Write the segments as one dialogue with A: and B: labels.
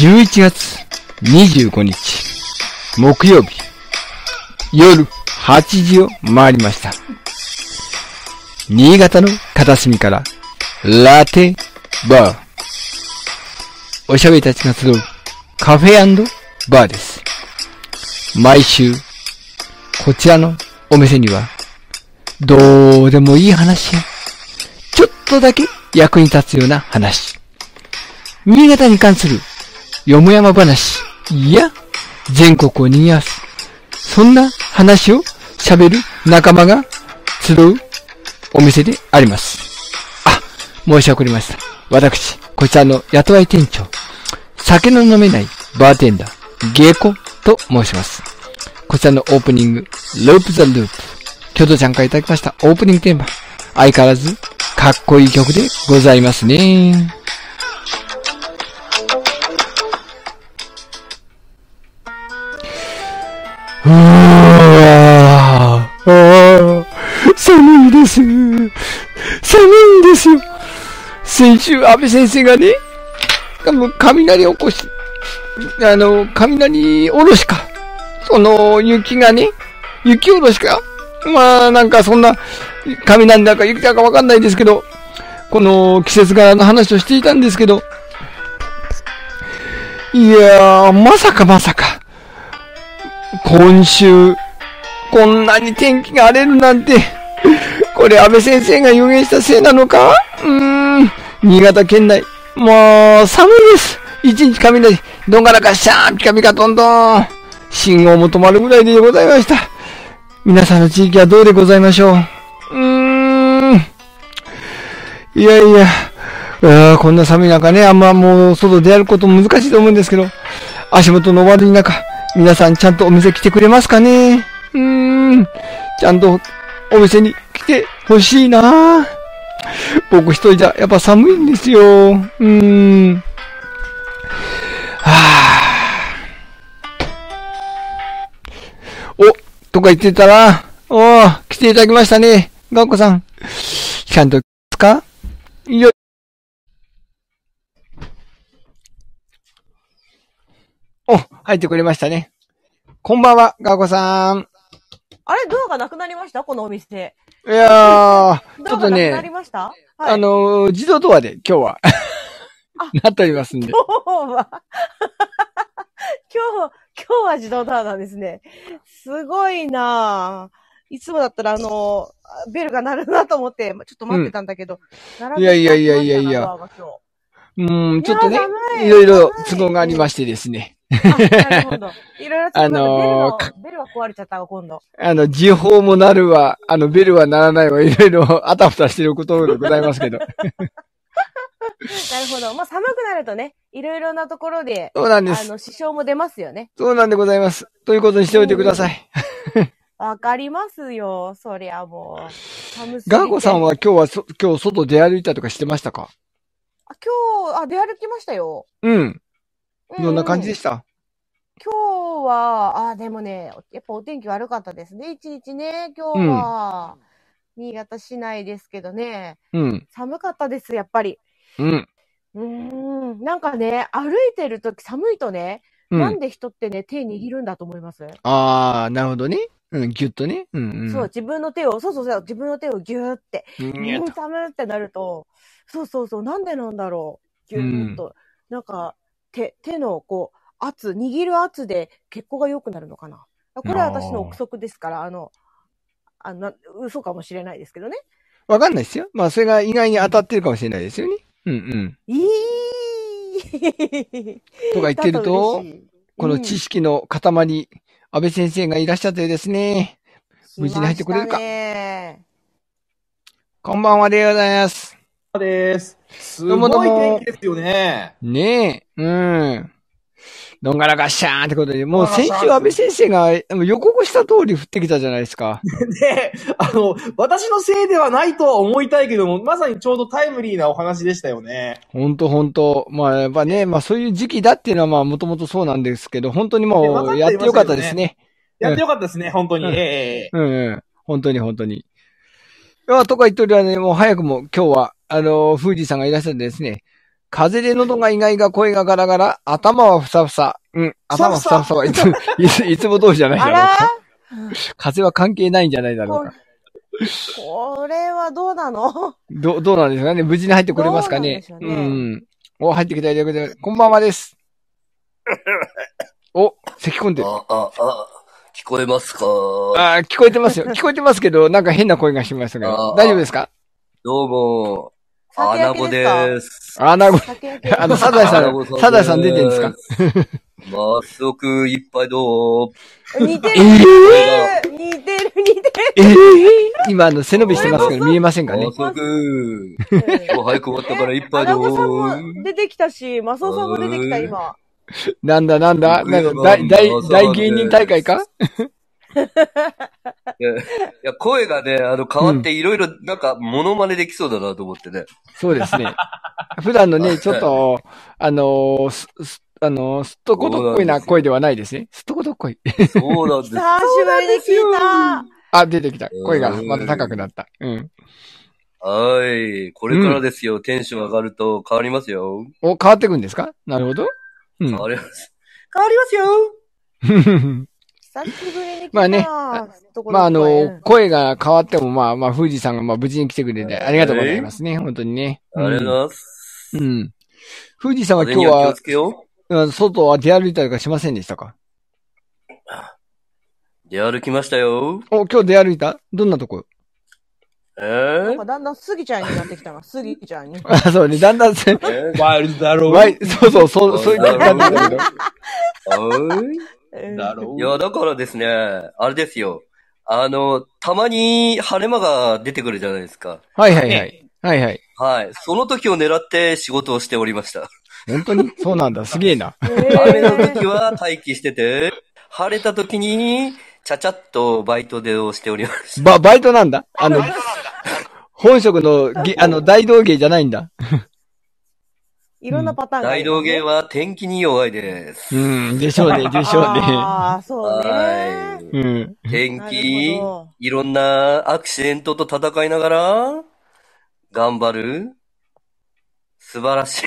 A: 11月25日、木曜日、夜8時を回りました。新潟の片隅から、ラテバー。おしゃべりたちが集うカフェバーです。毎週、こちらのお店には、どうでもいい話や、ちょっとだけ役に立つような話。新潟に関するよもやま話、いや、全国を賑わす。そんな話を喋る仲間が集うお店であります。あ、申し遅れました。私、こちらの雇わい店長、酒の飲めないバーテンダー、ゲーコと申します。こちらのオープニング、ループザループ。京都ちゃんからいただきましたオープニングテーマ。相変わらず、かっこいい曲でございますね。うわーあー寒いです。寒いんですよ。先週、安倍先生がね、多分雷を起こし、あの、雷おろしか。その、雪がね、雪おろしか。まあ、なんかそんな、雷だか雪だかわかんないですけど、この季節柄の話をしていたんですけど、いやー、まさかまさか。今週、こんなに天気が荒れるなんて、これ安倍先生が予言したせいなのかうーん、新潟県内、もう寒いです。一日雷、どんがらかっしゃーん、ピカピカどんどん。信号も止まるぐらいでございました。皆さんの地域はどうでございましょううーん。いやいや、あーこんな寒い中ね、あんまもう外出歩くことも難しいと思うんですけど、足元の悪い中、皆さんちゃんとお店来てくれますかねうーん。ちゃんとお店に来てほしいな僕一人じゃやっぱ寒いんですよ。うーん。はあ。お、とか言ってたら、おー来ていただきましたね。ガンコさん。ちゃんと、すかよ、お、入ってくれましたね。こんばんは、ガンコさん。
B: あれ、ドアがなくなりましたこのお店。
A: いやー、ち
B: ド
A: ょ
B: ア
A: っと
B: がな
A: ね
B: くなりました、はい、
A: あ、のー、自動ドアで今日は なっておりますんで。
B: 今日は、今日、今日は自動ドアなんですね。すごいなぁ。いつもだったら、あの、ベルが鳴るなと思って、ちょっと待ってたんだけど。鳴らない
A: やいやいやいやいや
B: ドアが今
A: うーん、ちょっとね
B: いや寒、い
A: いろいろ都合がありましてですね。
B: 日あなる ほど。いろいろ
A: あのー
B: ベルのベルは壊れちゃったわ、今度。
A: あの、時報もなるわ、あの、ベルはならないわ、いろいろ あたふたしてることでございます けど。
B: なるほど。まあ、寒くなるとね、いろいろなところで、
A: そうなんで
B: あ
A: す。
B: の、支障も出ますよね。
A: そうなんでございます。ということにしておいてください。
B: わかりますよ。そりゃもう。寒すぎて
A: ガーゴさんは今日はそ、今日外出歩いたとかしてましたか
B: あ今日、あ、出歩きましたよ。
A: うん。
B: う
A: どんな感じでした、
B: 今日は、あ、でもね、やっぱお天気悪かったですね。一日ね、今日は、新潟市内ですけどね、
A: うん、
B: 寒かったです、やっぱり。
A: うん。
B: うーん、なんかね、歩いてるとき寒いとね、
A: う
B: なん
A: ん。
B: で人ってね、手握るんだと思います、
A: あー、なるほどね。うん、ぎゅっとね。うん、うん。
B: そう、自分の手を、そうそうそう、自分の手をギューって、
A: うん
B: うん、寒いってなると、そうそうそう、なんでなんだろう。ギューッと、なんか、手、手の、こう、圧、握る圧で血行が良くなるのかな。これは私の憶測ですから、あの、あの、な嘘かもしれないですけどね。
A: わかんないですよ。まあ、それが意外に当たってるかもしれないですよね。うんうん。
B: いい
A: とか言ってると、、この知
B: 識、
A: 識の塊、安倍先生がいらっしゃったようですね。無事に入ってくれるか
B: 来ましたね
A: こんばんはでございます。
C: です。す
A: どうもどう
C: ごい
A: も
C: 天気ですよね。
A: ねえ、うん。どんがらがっしゃーんってことで、もう先
C: どんが
A: 週
C: らがっしゃーん
A: 安倍先生があの予告した通り降ってきたじゃないですか。
C: で、あの、私のせいではないとは思いたいけども、まさにちょうどタイムリーなお話でしたよね。
A: ほんとほんと。まあやっぱね、まあそういう時期だっていうのはまあもともとそうなんですけど、本当に
C: ねわ
A: も
C: かっ
A: う
C: て
A: やってよかった
C: い
A: で
C: ますすよ
A: ね。
C: やってよかったですね、本当に。
A: うん
C: ええ
A: うんうん。本当に本当に。いや、とか言っておりはね、もう早くも今日は、あの、富士山がいらっしゃってですね、風邪で喉が意外が声がガラガラ、頭はふさふさ。うん、頭ふさふさはいつも、いつ、いつも通りじゃないだ
B: あ
A: ろう
B: ら
A: か。風邪は関係ないんじゃないだろうか。
B: ここれはどうなの
A: ど、どうなんですかね無事に入ってこれますかね
B: どう
A: う
B: なんでしょうね
A: ん。お、入ってきたよ、こんばんはです。お、咳込んでる。
D: あ、あ、あ、聞こえますか
A: あー聞こえてますよ。聞こえてますけど、なんか変な声がしましたけ
D: あ
A: ど。
D: ー
A: 大丈夫ですか
D: どうも、ア
B: 酒
D: ナ
B: 焼
D: ゴ
B: けですか
D: です。
A: あー、なるほ
B: 酒焼け。
A: あのサザエ さんサザエさん出てるんですか
D: すかマスクいっぱいどう
B: 似て
A: え
B: る。
D: ー
B: 似てる、似て
A: えー今、あの、背伸びしてますけど、見えませんか
D: マ
A: ね
D: スク。
B: る。
D: もう早く終わったからいっぱ
B: ア
D: い
B: ナ
D: ど
B: ゴさん
D: う
B: も出てきたし、マスオさんも出てきた、今。
A: なんだなんだ
D: 僕よ
A: な
D: り
A: ん
D: も
A: だ大、大
D: まあ、
A: 大芸人大会か
D: いや、いや声がね、あの、変わっていろいろ、なんか、モノマネできそうだなと思ってね。
A: そうです ね。普段の
D: は
A: ね、
D: い
A: ちょっと、あのーす、す、あのー、すっとことっこいな声ではないですね。すっとことっこい。
D: そうなんです
B: 久。しぶりに聞いた。
A: あ、出てきた。声が
D: うん
A: また高くなった。うん。
D: はい。これからですよ、テンション上がると変わりますよ。
A: お、変わってくんですかなるほど。う
D: 変
A: ん。
D: わります。
C: 変わりますよ
B: 久しぶりに来た。
A: まあねまあ、あのー、声が変わっても、まあ、まあ、富士さんが、まあ、無事に来てくれて、ありがとうございますね。本当にね。
D: ありがとうございます。
A: うんうん。富士さんは
D: 風
A: 今
D: に
A: 日
D: は気
A: は
D: をつけよ
A: うん、外は出歩いたりとかしませんでしたか
D: う。出歩きましたよ。
A: お、今日出歩いたどんなとこ
D: え
B: なん
D: ー
B: か、だんだんスギちゃんになってきたな、スギちゃんに。
A: あ、そうね、だんだん、せ
D: え
C: ワイルドだろう。
A: わい、そうそう、そう、そういう感じな
D: だ
A: ん
D: ろ
A: だ
D: う
A: けど。
D: ー、
B: うん
C: だろ。
D: いうや、だからですね、あれですよ。あの、たまに晴れ間が出てくるじゃないですか。
A: はいはいはい。はいはい。
D: はい。その時を狙って仕事をしておりました。
A: 本当にそうなんだ。すげえな。
D: 雨の時
B: は。
D: は待機してて、晴れた時に、ちゃちゃっとバイトでをしておりました。
A: ば、バイトなんだあの、本職の、げあの、大道芸じゃないんだ。
B: いろんなパターンがあ
D: 大
B: る。
D: 道芸は天気に弱いです。
A: うん、でしょうね、でしょうね。
B: ああ、そう
D: は
B: ね。
D: い。
A: うん。
D: 天
B: なる
D: 気
B: ほ、ど。
D: いろんなアクシデントと戦いながら、頑張る。素晴らしい。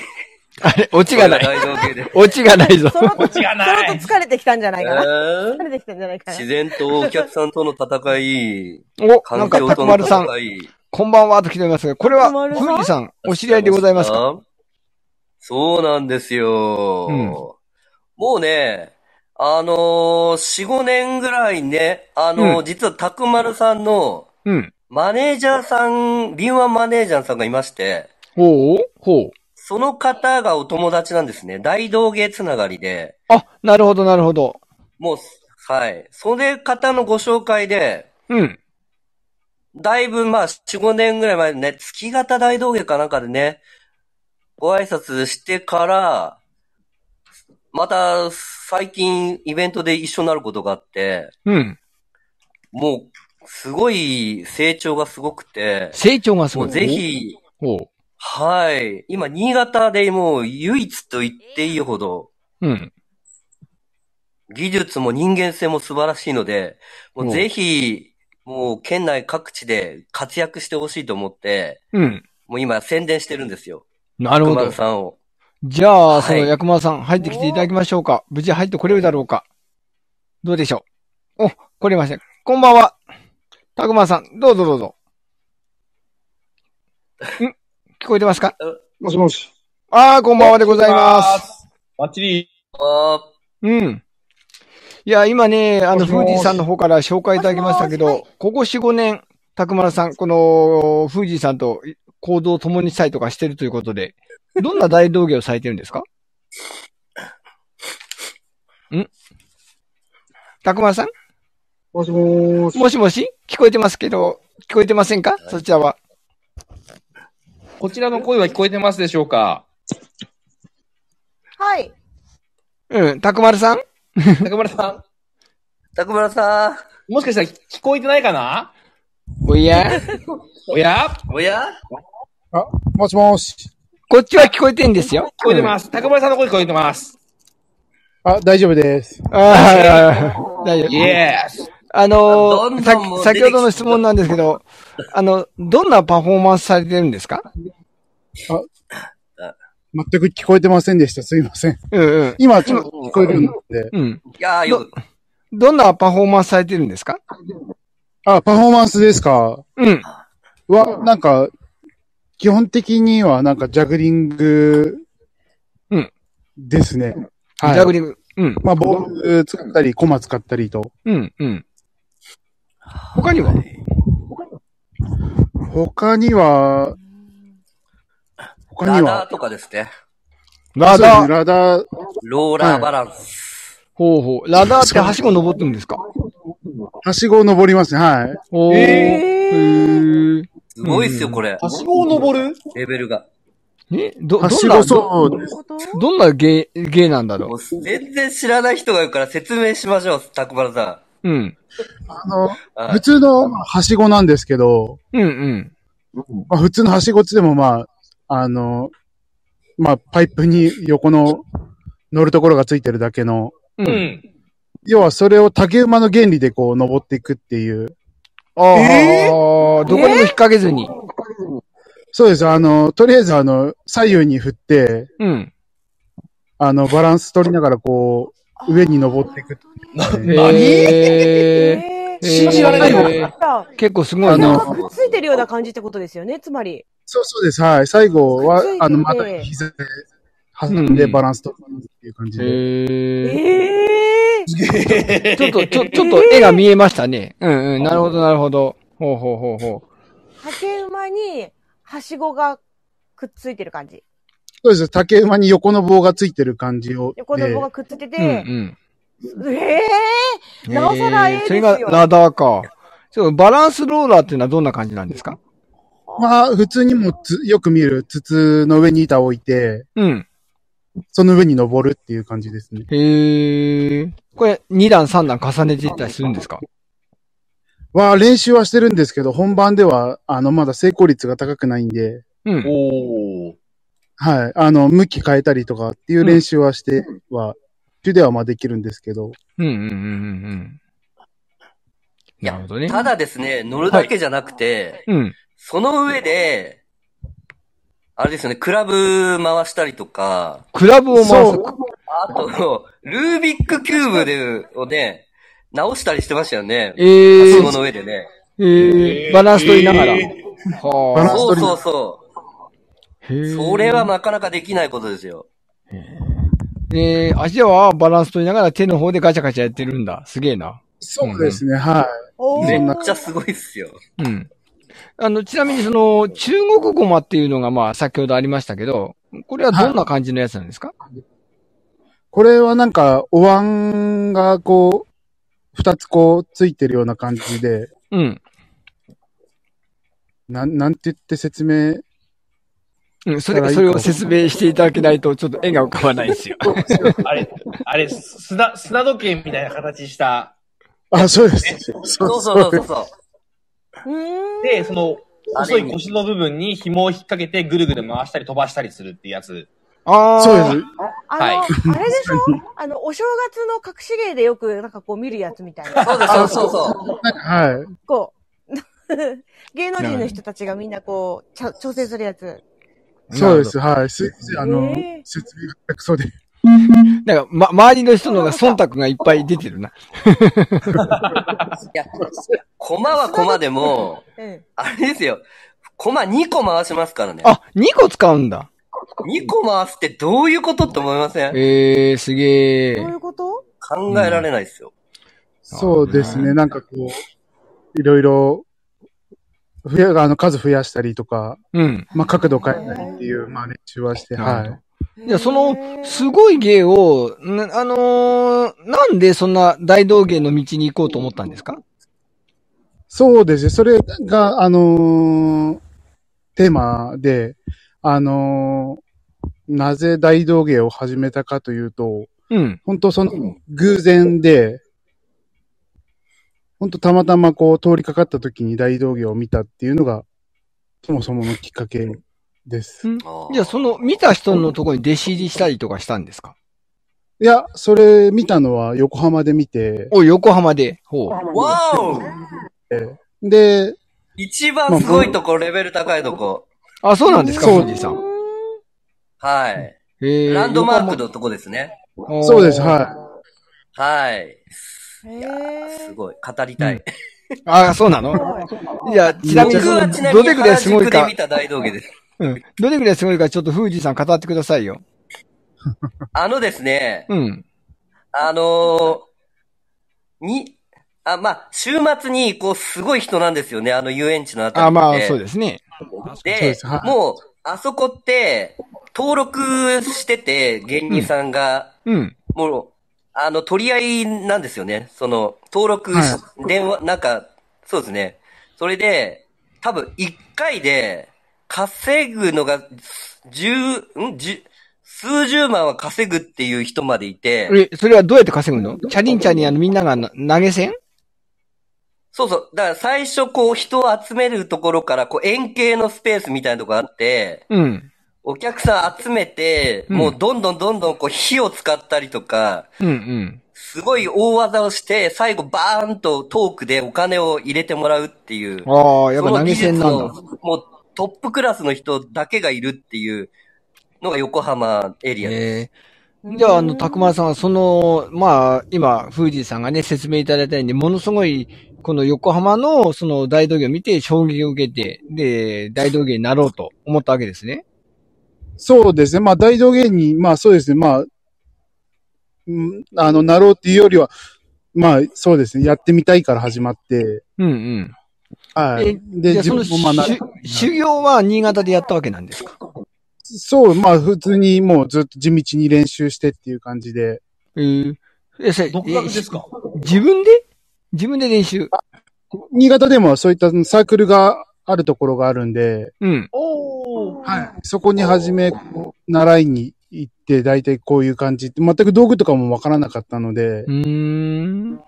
A: あれ、オチがない。
D: 大道芸で。
A: オチがないぞ。
B: その後、そ
C: 違
B: の
C: うない
B: 後疲れてきたんじゃないかな。
D: えー
B: 疲れてきたんじゃないかな
D: 自。然とお客さんとの戦い、
A: お、なん
D: 環
A: か、
D: 境
A: た
D: と
A: く
D: の
A: まるさん、
D: 戦い。
A: こんばんはと来ておりますが、これは、
B: たくまるさん
A: ふじさん、お知り合いでございますか
D: そうなんですよ。
A: うん
D: もうね、あのー、4、5年ぐらいね、あのー
A: う
D: 実はたくまるさんの
A: うん。
D: マネージャーさん、敏腕マネージャーさんがいまして、
A: ほうほう。
D: その方がお友達なんですね。大道芸つながりで。
A: あ、なるほど、なるほど。
D: もう、はい。その方のご紹介で、
A: うん。
D: だいぶまあ、4、5年ぐらい前ね、月型大道芸かなんかでね、ご挨拶してから、また、最近イベントで一緒になることがあって、
A: うん。
D: もう、すごい成長がすごくて、
A: 成長がす
D: も
A: ごい。
D: うぜ。ひ、
A: ほう。
D: はい。今、新潟でもう唯一と言っていいほど、
A: うん。
D: 技術も人間性も素晴らしいので、もうぜひ、もう県内各地で活躍してほしいと思って、
A: うん。
D: もう今宣伝してるんですよ。
A: なるほ
D: 熊
A: ど
D: 野。さんを。
A: じゃ
D: は
A: あ、
D: い
A: その薬丸さん、入ってきていただきましょうか。無事入ってこれるだろうか。どうでしょう。お、来れました。こんばんは。たくまさん、どうぞどうぞ。ん聞こえてますか
E: もしもし。
A: ああ、こんばんはでございます。
C: す。バッチリ。
D: あ
A: うん。いや、今ね、あの、
E: もしも
A: 富
E: し
A: 士さんの方から紹介いただきましたけ
B: もしも
A: ど、ここ4、5年、たくまさん、この、富士さんと行動を共にしたりとかしてるということで、どんな大道芸をされてるんですか んたくまさん
E: もしもーし。
A: もしもし聞こえてますけど、聞こえてませんかそちらは。
C: こちらの声は聞こえてますでしょうか
B: はい。
A: うん、たくまさん
C: 中村さ
D: たくまらさん。
C: ん、もしかしたら聞こえてないかな
A: おや
C: おや
D: おや
E: あ、もしもーし。
A: こっちは聞こえてんですよ。
C: 聞こえてます。中村さんの声聞こえてます。
E: あ、大丈夫です。
A: うん。ああ、大丈夫。
C: イエース。
A: あの
D: どんど
A: ー、
D: ん
A: さ
D: もう
A: 先
D: 出て
A: ほ
D: き
A: どの質問なんですけど、あの、どんなパフォーマンスされてるんですか
E: 全く聞こえてませんでした。すいません。
A: うんうん。
E: 今、ちょっと聞こえるようになって。
A: うん。
D: いやーよく、
A: どんなパフォーマンスされてるんですか
E: あ、パフォーマンスですか
A: うん。
E: は、なんか、基本的には、なんか、ジャグリング、
A: うん。
E: ですね。
A: ジ
E: はい。
A: ャグリング。うん。
E: まあ、ボール使ったり、コマ使ったりと。
A: うん。うん。他には
E: 他には、他
D: ラ
E: に
D: ダ
E: は
D: ー、とかですね。
A: ラ
E: そうです
A: ダ
E: ね
A: ー。
E: ラダー、
D: ローラーバランス。
A: ほうほう。ラダーってはしご登ってるんですか
E: はしごを登りますね。はい。
A: おー。
C: え
A: へー
D: すごいっすよ、これ。
C: はしごを登る
D: レベルが。
A: え、ど、ど
E: はし
A: ん
E: ご
A: な、
E: そ
A: ど
E: うです。
B: こと
A: どんな芸、芸なんだ
D: も
A: ろ
D: う全然知らない人がいるから説明しましょう、たくまるさ
A: う。うん。
E: あの、
D: ん。は
E: 普
D: い
E: 通のまあはしごなんですけど、
A: うんうん。
E: まあ、普通のはしごっつでもまあ、あの、まあ、パイプに横の乗るところがついてるだけの、
A: う。
C: うんん。
E: 要はそれを竹馬の原理でこう登っていくっていう。
A: ああ、どこにも引っ掛けずに。
E: そうです。あの、とりあえずあの、左右に振って、
A: うん。
E: あの、バランス取りながらこう、上に登っていく。
A: へー
B: え
A: えー
B: ー、
C: 信じられないわ
A: えー
B: さ
A: 結構すご
E: あ
A: い
B: なん
A: な。
B: か
E: の、
B: くっついてるような感じってことですよね、つまり。
E: そうそうです。はい。最後は
B: ついて、て
E: あの、また膝で挟ん
A: う
E: で
A: ん
E: バランス取るっていう感じで。
B: え
A: へえ。
B: えー、
A: ちょっと、ちょ、ちょっと絵が見えましたね。うんうん。なるほど、なるほど。ほうほうほうほ
B: 竹馬に、はしごがくっついてる感じ。
E: そうです。竹馬に横の棒がついてる感じを。
B: 横の棒
E: で
B: がくっついてて、
A: う。うんうん。
B: ええ
A: え
B: なおさら絵
A: ー
B: ですよ
A: それがラダーか。ちょっとバランスローラーっていうのはどんな感じなんですか
E: まあ、普通にもつ、よく見る筒の上に板を置いて、
A: うん。
E: その上に登るっていう感じですね。
A: へえ。これ、2段3段重ねていったりするんですか
E: は、練習はしてるんですけど、本番では、あの、まだ成功率が高くないんで、
A: うん。
C: おー。
E: はい。あの、向き変えたりとかっていう練習はしては、中ではまあできるんですけど、
A: うんうんうんうんうん。なるほどね。
D: ただですね、乗るだけじゃなくて、
A: うん。
D: その上で、あれですよね、クラブ回したりとか、
A: クラブを回す。
D: あと、ルービックキューブで、をね、直したりしてましたよね。
A: え
D: はし
A: ー
D: ごの上でね。
A: えー、バランス取りながら。
C: え
E: バ
A: は
E: ランス
D: そう
E: 取り
D: そうそ
A: あ。へ
D: う。
A: ー
D: それはなかなかできないことですよ。
A: えー、足はバランス取りながら手の方でガチャガチャやってるんだ。すげえな。
E: そうですね、はい。
B: お
D: め
E: ね
D: っ
B: ー
D: ちゃすごいっすよ。
A: うん。あの、ちなみにその、中国ゴマっていうのがまあ、先ほどありましたけど、これはどんな感じのやつなんですか、
E: これはなんか、お椀がこう、二つこう、ついてるような感じで、
A: うん。
E: なん、なんて言って説明、
A: うん、それ、それを説明していただけないと、ちょっと絵が浮かばないですよ。
C: あれ、あれ、砂、砂時計みたいな形した。
E: あ、そうです。
D: そうそうそうそう。
B: うーん。
C: で、その、細い腰の部分に紐を引っ掛けてぐるぐる回したり飛ばしたりするっていうやつ。
A: ああ。
E: そうです。
B: あの、
C: は
B: あれでしょあの、お正月の隠し芸でよくなんかこう見るやつみたいな。
D: そうです、そうそうそう。
E: なんかはい。
B: こう、 芸能人の人たちがみんなこう、ちゃ調整するやつ。
E: そうです。はい。すいません。あの
B: えー、
E: 説明が下手くそで。
A: なんか、ま、周りの人のが忖度がいっぱい出てるな。
D: コマはコマでも、
B: うん。
D: あれですよ。コマ2個回しますからね。
A: あ、2個使うんだ。
D: 2個回すってどういうことって思いません
A: ええー、すげ
B: どうい
A: え。
B: うこと
D: 考えられないですよ。
E: そうですね。なんかこう、いろいろ、増や、あの、数増やしたりとか、
A: うん。
E: まあ、角度変えたりっていう、まあ、練習はして、
A: な
E: は
A: るほ
E: い。
A: いや、そ
B: へ
A: の、
B: ー
A: すごい芸を、なあのーなんでそんな大道芸の道に行こうと思ったんですか
E: そうですね。それが、あのーテーマで、あのーなぜ大道芸を始めたかというと、
A: うん。
E: 本当その、偶然で、本当たまたまこう通りかかった時に大道芸を見たっていうのが、そもそものきっかけです。
D: あー
A: じゃあ、その、見た人のところに弟子入りしたりとかしたんですか
E: いや、それ見たのは横浜で見て、
A: お、横浜で。ほう。
D: わお
E: で、
D: 一番すごいとこ、レベル高いとこ。
A: あ、そうなんですか、
E: そう
A: 藤井さん。
D: はい。
A: えー
D: ランドマークのとこですね。
E: そうです、は
D: はい。
B: へ
D: いやー
B: え
D: す。ごい。語りたい。
A: い。ああ、そうなのいや、ちなみに、
D: 僕はちなみ
A: ど
D: に
A: れぐらい
D: 原
A: すごい
D: 宿で
A: か
D: 見、た大道芸です。
A: うん。どれぐらいすごいか、ちょっとフージーさん語ってくださいよ。
D: あのですね、
A: うん。
D: あのーに、あ、まあ、週末に、こう、すごい人なんですよね、あの遊園地のあたりって。
A: あまあ、そうですね。
D: で
E: そうですはい
D: もう、あそこって、登録してて、芸人さんが、
A: うん。
D: もう、あの、取り合いなんですよね。その、登録し、
E: は
D: 電話、なんか、そうですね。それで、多分、1回で、稼ぐのが、十、ん十、数十万は稼ぐっていう人までいて、
A: え、それはどうやって稼ぐのチャリンチャリン、あの、みんながな投げ銭
D: そうそう。だから最初こう人を集めるところからこう円形のスペースみたいなとこあって、
A: うん。
D: お客さん集めて、
A: うん
D: もうどんどんどんどんこう火を使ったりとか、
A: うんうん。
D: すごい大技をして、最後バーンとトークでお金を入れてもらうっていう。
A: ああ、やっぱ
D: その
A: 投げ
D: 技術
A: 銭なんだ。
D: のもうトップクラスの人だけがいるっていうのが横浜エリアです。
A: ええじゃあ、あの、たくまさん、その、まあ、今、フージーさんがね、説明いただいたように、ものすごい、この横浜の、その、大道芸を見て、衝撃を受けて、で、大道芸になろうと思ったわけですね。
E: い。そうですね。まあ、大道芸人、まあそうですね。まあ、うんあの、なろうっていうよりは、まあそうですね。やってみたいから始まって、
A: うんうん。
E: はい。
A: で、
E: で、
A: じゃあ
E: 自
A: その、
E: 分も学
A: しゅ
E: ん
A: 修行は新潟でやったわけなんですか
E: そう、まあ普通にもうずっと地道に練習してっていう感じで。
A: えええ、それ
C: 独学ですか
A: え自分で自分で練習。
E: 新潟でもそういったサークルがあるところがあるんで、
A: うん。
C: おー。
E: はい。そこに初め、習いに行って、大体こういう感じって、全く道具とかもわからなかったので
A: う、ーん。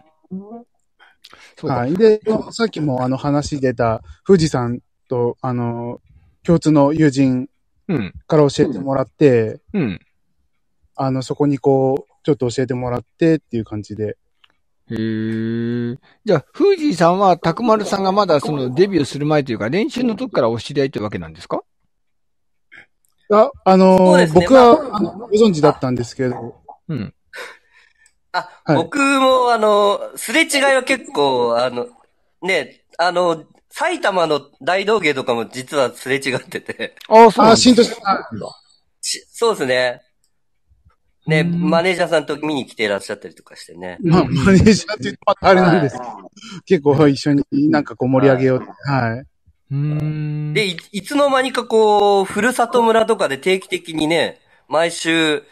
A: そうか。
E: はい。で、さっきもあの話出た、富士山と、あの、共通の友人
A: うん。
E: から教えてもらって、
A: うん。
E: あの、そこにこう、ちょっと教えてもらってっていう感じで。
A: へえ。じゃあ、フージーさんは、たくまるさんがまだそのデビューする前というか、練習の時からお知り合いというわけなんですか
E: あ、あ
D: そう
E: の、
D: ですね
E: 僕は、あの、ご存知だったんですけど、
A: うん。
D: あ、
E: はい
D: 僕もあの、すれ違いは結構、あの、ね、あの、埼玉の大道芸とかも実はすれ違ってて、
A: ああ、そうなん
E: あ、
A: です
E: 浸透した。
D: しそうですね。ね、
A: うん
D: マネージャーさんと見に来ていらっしゃったりとかしてね。
E: まあ、マネージャーって言ってまたあれなんですけど
D: は
E: 結構一緒になんかこう盛り上げようって。はい。
A: うーん。
D: で、いいつの間にかこう、ふるさと村とかで定期的にね、毎週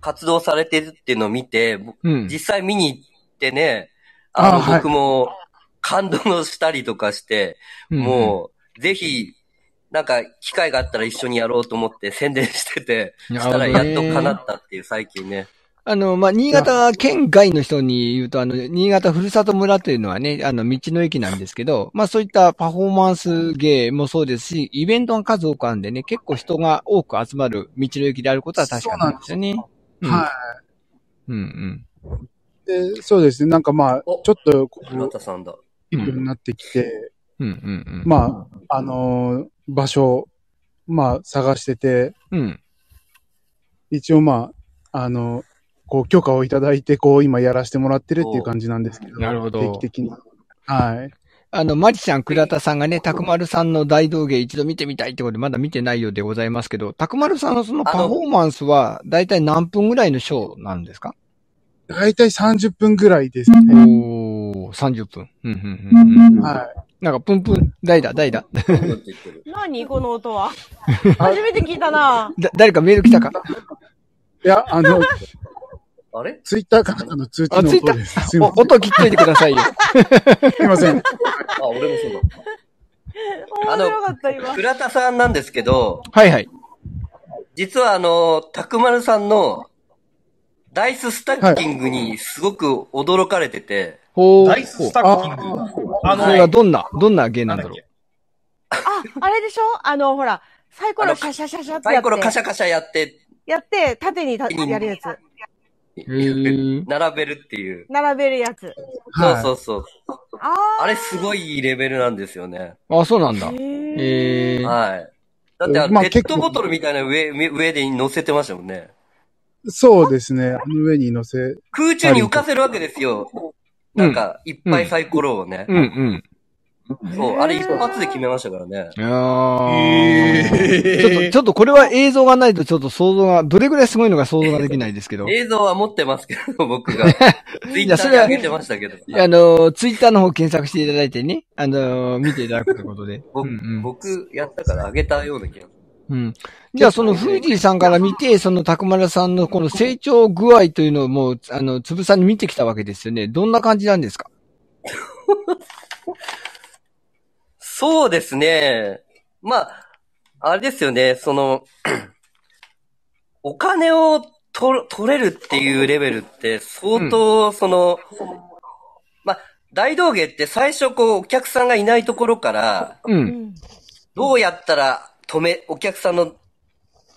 D: 活動されてるっていうのを見て、ぼ
A: うん。
D: 実際見に行ってね、あの、
E: あはい
D: 僕も感動したりとかして、
A: うん
D: もう、ぜひ、なんか、機会があったら一緒にやろうと思って宣伝してて、
A: うん、
D: し
A: な
D: たら
A: る
D: や
A: ほど
D: っ
A: ね
D: と叶ったっていう最近ね。
A: あの、まあ、新潟県外の人に言うと、あの、新潟ふるさと村というのはね、あの、道の駅なんですけど、まあ、そういったパフォーマンス芸もそうですし、イベントが数多くあるんでね、結構人が多く集まる道の駅であることは確かなんですよね。うん
E: は
A: うんうん。
E: い。で、そうですね。なんかまあ、ちょ
D: お
E: っと、こ
D: 村
E: う、
D: 田さんだ。
E: いくになってきて、
A: うんうんうん。
E: まあ、あのー場所、まあ、探してて、
A: うん。
E: 一応まあ、あのこう、許可をいただいて、こう、今やらせてもらってるっていう感じなんですけど。
A: なるほど
E: 定期的に。はい。
A: あの、マリちゃん、倉田さんがね、たくまるさんの大道芸一度見てみたいってことで、まだ見てないようでございますけど、たくまるさんのそのパフォーマンスは、だいたい何分ぐらいのショーなんですか
E: だいたい30分ぐらいですね。
A: おー、30分。うんうんうんうん。
E: はい。
A: なんか、プンプン、代打、代打。
B: 何この音は。初めて聞いたな。
A: だ、誰かメール来たか
E: いや、あの、
D: あれ
E: ツイッターからの通知の
A: あツイッタ
E: 音
A: ー
E: です。すい
A: お
E: ません。
A: 音切っといてください よ。
E: すい ません。
D: あ、俺もそう
B: 面白かった、今
D: だ。。倉田さんなんですけど、
A: はいはい。
D: 実はあの、たくまるさんの、ダイススタッキングにすごく驚かれてて、
A: ほー。
C: ダイススタッキング。あ
A: それは
C: の、
A: どんな、どんな芸なんだろ
B: あ、あれでしょあの、ほら、サイコロシャシャシャシャって
D: サ
B: や
D: イ
B: って
D: コロカシャカシャやって、
B: やって、縦にたやるやつ。
A: う。へー。
D: 並べるっていう。
B: 並べるやつ。
E: はい
D: そうそうそう。
B: あ
D: あれすごいレベルなんですよね。
A: あ、そうなんだ
B: ー。。へー
A: えー。
D: はい。だってあの、
E: まあ
D: ペット
E: 結構
D: ボトルみたいな上、上上で乗せてましたもんね。
E: そうですね。あの上に乗せ、
D: 空中に浮かせるわけですよ。なんか、いっぱいサイコロをね
A: う。ん
D: そう、あれ一発で決めましたからね。
A: うん。あー。ちょっと、
C: え
A: ちょっとこれは映像がないとちょっと想像が、どれぐらいすごいのか想像ができないですけど。
D: 映像は持ってますけ ど、僕が。ツイッターに上げてましたけど。
A: あの、ツイッターの方検索していただいてね、あの、見ていただくということで。
D: 僕、僕やったから上げたような気がする。
A: うん。じゃあ、その、フージーさんから見て、その、たくまるさんのこの成長具合というのをもう、あの、つぶさに見てきたわけですよね。どんな感じなんですか
D: そうですね。まあ、あれですよね、その、 お金を取る取れるっていうレベルって相当、その、まあ、大道芸って最初こう、お客さんがいないところから、
A: う。
B: うんん。
D: どうやったら止め、お客さんの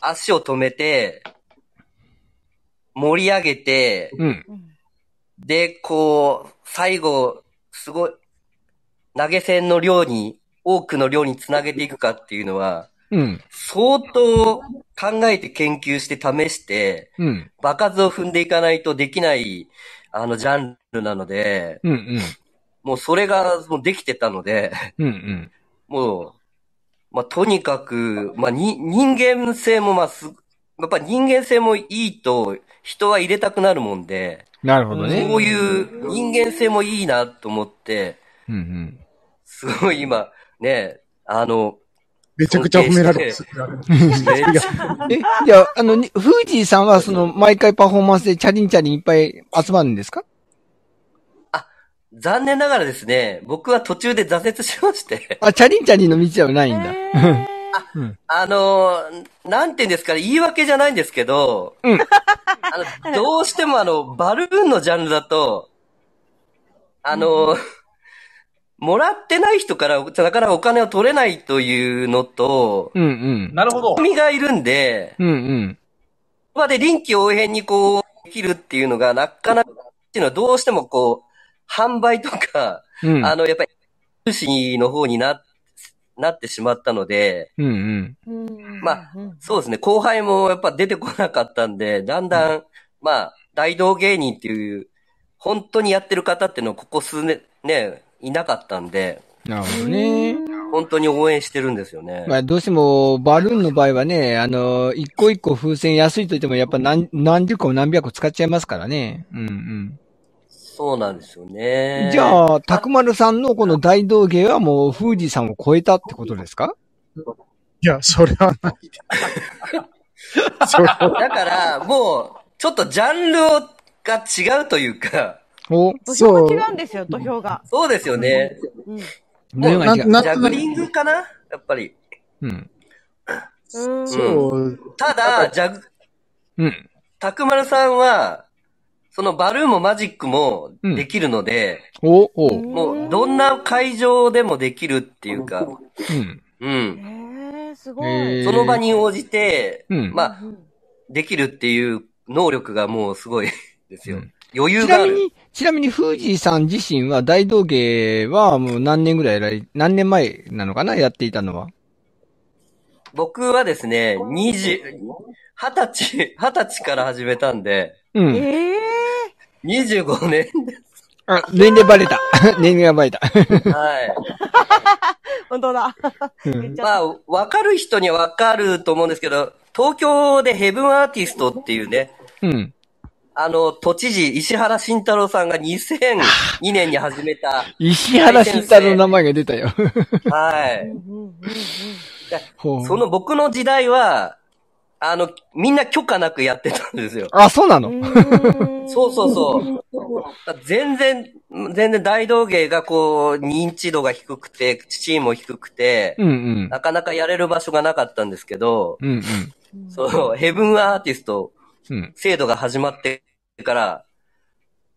D: 足を止めて、盛り上げて、
A: うん。
B: うん
D: で、こう、最後、すごい、投げ銭の量に、多くの量につなげていくかっていうのは、
A: うん。
D: 相当考えて研究して試して、
A: うん。
D: 場数を踏んでいかないとできない、あの、ジャンルなので、
A: うん。うん。
D: もうそれが、もうできてたので、
A: うん。
D: もう、まあ、とにかく、まあ、に、人間性も、まあ、す、やっぱ人間性もいいと、人は入れたくなるもんで、
A: なるほど
D: こ
A: ね。
D: ういう人間性もいいなと思って、
A: うん。うん。
D: すごい今、ね、あの、
E: めちゃくちゃ褒められます。
D: めっちゃ
A: え、じゃあ、あの、にフージーさんは、その、毎回パフォーマンスでチャリンチャリンいっぱい集まるんですか
D: 残念ながらですね、僕は途中で挫折しまして、
A: あ、チャリンチャリンの道ではないんだ。
B: えー
D: あの、なんて言うんですかね、言い訳じゃないんですけど、
A: うん
D: あのどうしてもあの、バルーンのジャンルだと、あの、もらってない人から、なかなかお金を取れないというのと、
A: うんう
C: ー
A: ん。
C: なるほど。
D: みがいるんで、
A: うんうん。
D: まで臨機応変にこう、できるっていうのが、なかなか、っていうのはどうしてもこう、販売とか、
A: うん。
D: あの、やっぱり、重視の方にな、なってしまったので、
A: うんうん。
B: うん
D: まあ、
B: うん
D: そうですね、後輩もやっぱ出てこなかったんで、だんだん、まあ、大道芸人っていう、本当にやってる方っていうのはここ数年、ね、いなかったんで、
A: なるほどね。
D: 本当に応援してるんですよね。
A: まあ、どうしても、バルーンの場合はね、あの、一個一個風船安いといっても、やっぱ何、何十個も何百個使っちゃいますからね。うん
D: そうなんですよ
A: う
D: ね
A: ん。。じ
D: あ、
A: ゃあ、たくまるさんのこの大道芸はもう、フージーさんを超えたってことですか
E: いや、それ はない。それは
D: だから、もう、ちょっとジャンルが違うというか、
A: お
B: 土俵が違うんですよ、土俵が。
D: そうですよね。
B: うん
A: 模様が違う。
E: な
D: ジャグリングかなやっぱり。
A: うん。
B: うん
E: そう、
D: ただ、ジャグ、
A: うん。
D: たくまるさんは、そのバルーンもマジックもできるので、
A: おおう
D: もうどんな会場でもできるっていうか、
A: ん。
D: う
B: え
D: ん。
B: ー、すご
A: え
B: い。
A: ー
D: その場に応じて、
A: うん
D: まあ、できるっていう能力がもうすごい ですよ。
A: うん
D: 余裕
A: ち
D: が
A: な
D: あ
A: み
D: る。
A: に、ちなみに、フージーさん自身は、大道芸はもう何年ぐらいやられ、何年前なのかなやっていたのは。
D: 僕はですね、二十、二十歳、二十歳から始めたんで、
A: うん。
B: ええ
D: 25年
A: あ、年齢バレた。 年齢がバレた。
D: で、はい。
B: ー、本当だ。言っちゃっ
D: まあ、わかる人にはわかると思うんですけど、東京でヘブンアーティストっていうね、
A: うん。
D: あの、都知事、石原慎太郎さんが2002年に始 めた、
A: 石原慎太郎の名前が出た よ。
D: はい
B: た。う。んうんうん
A: ほう
D: その僕の時代は、あの、みんな許可なくやってたんですよ。
A: あ、そうな
B: う
A: の
B: ーん
D: そうそうそう。全然、全然大道芸がこう、認知度が低くて、チームも低くて、
A: うんうん。
D: なかなかやれる場所がなかったんですけど、
A: うんうん。
D: そう、ヘブンアーティスト
A: うん。
D: 制度が始まってから、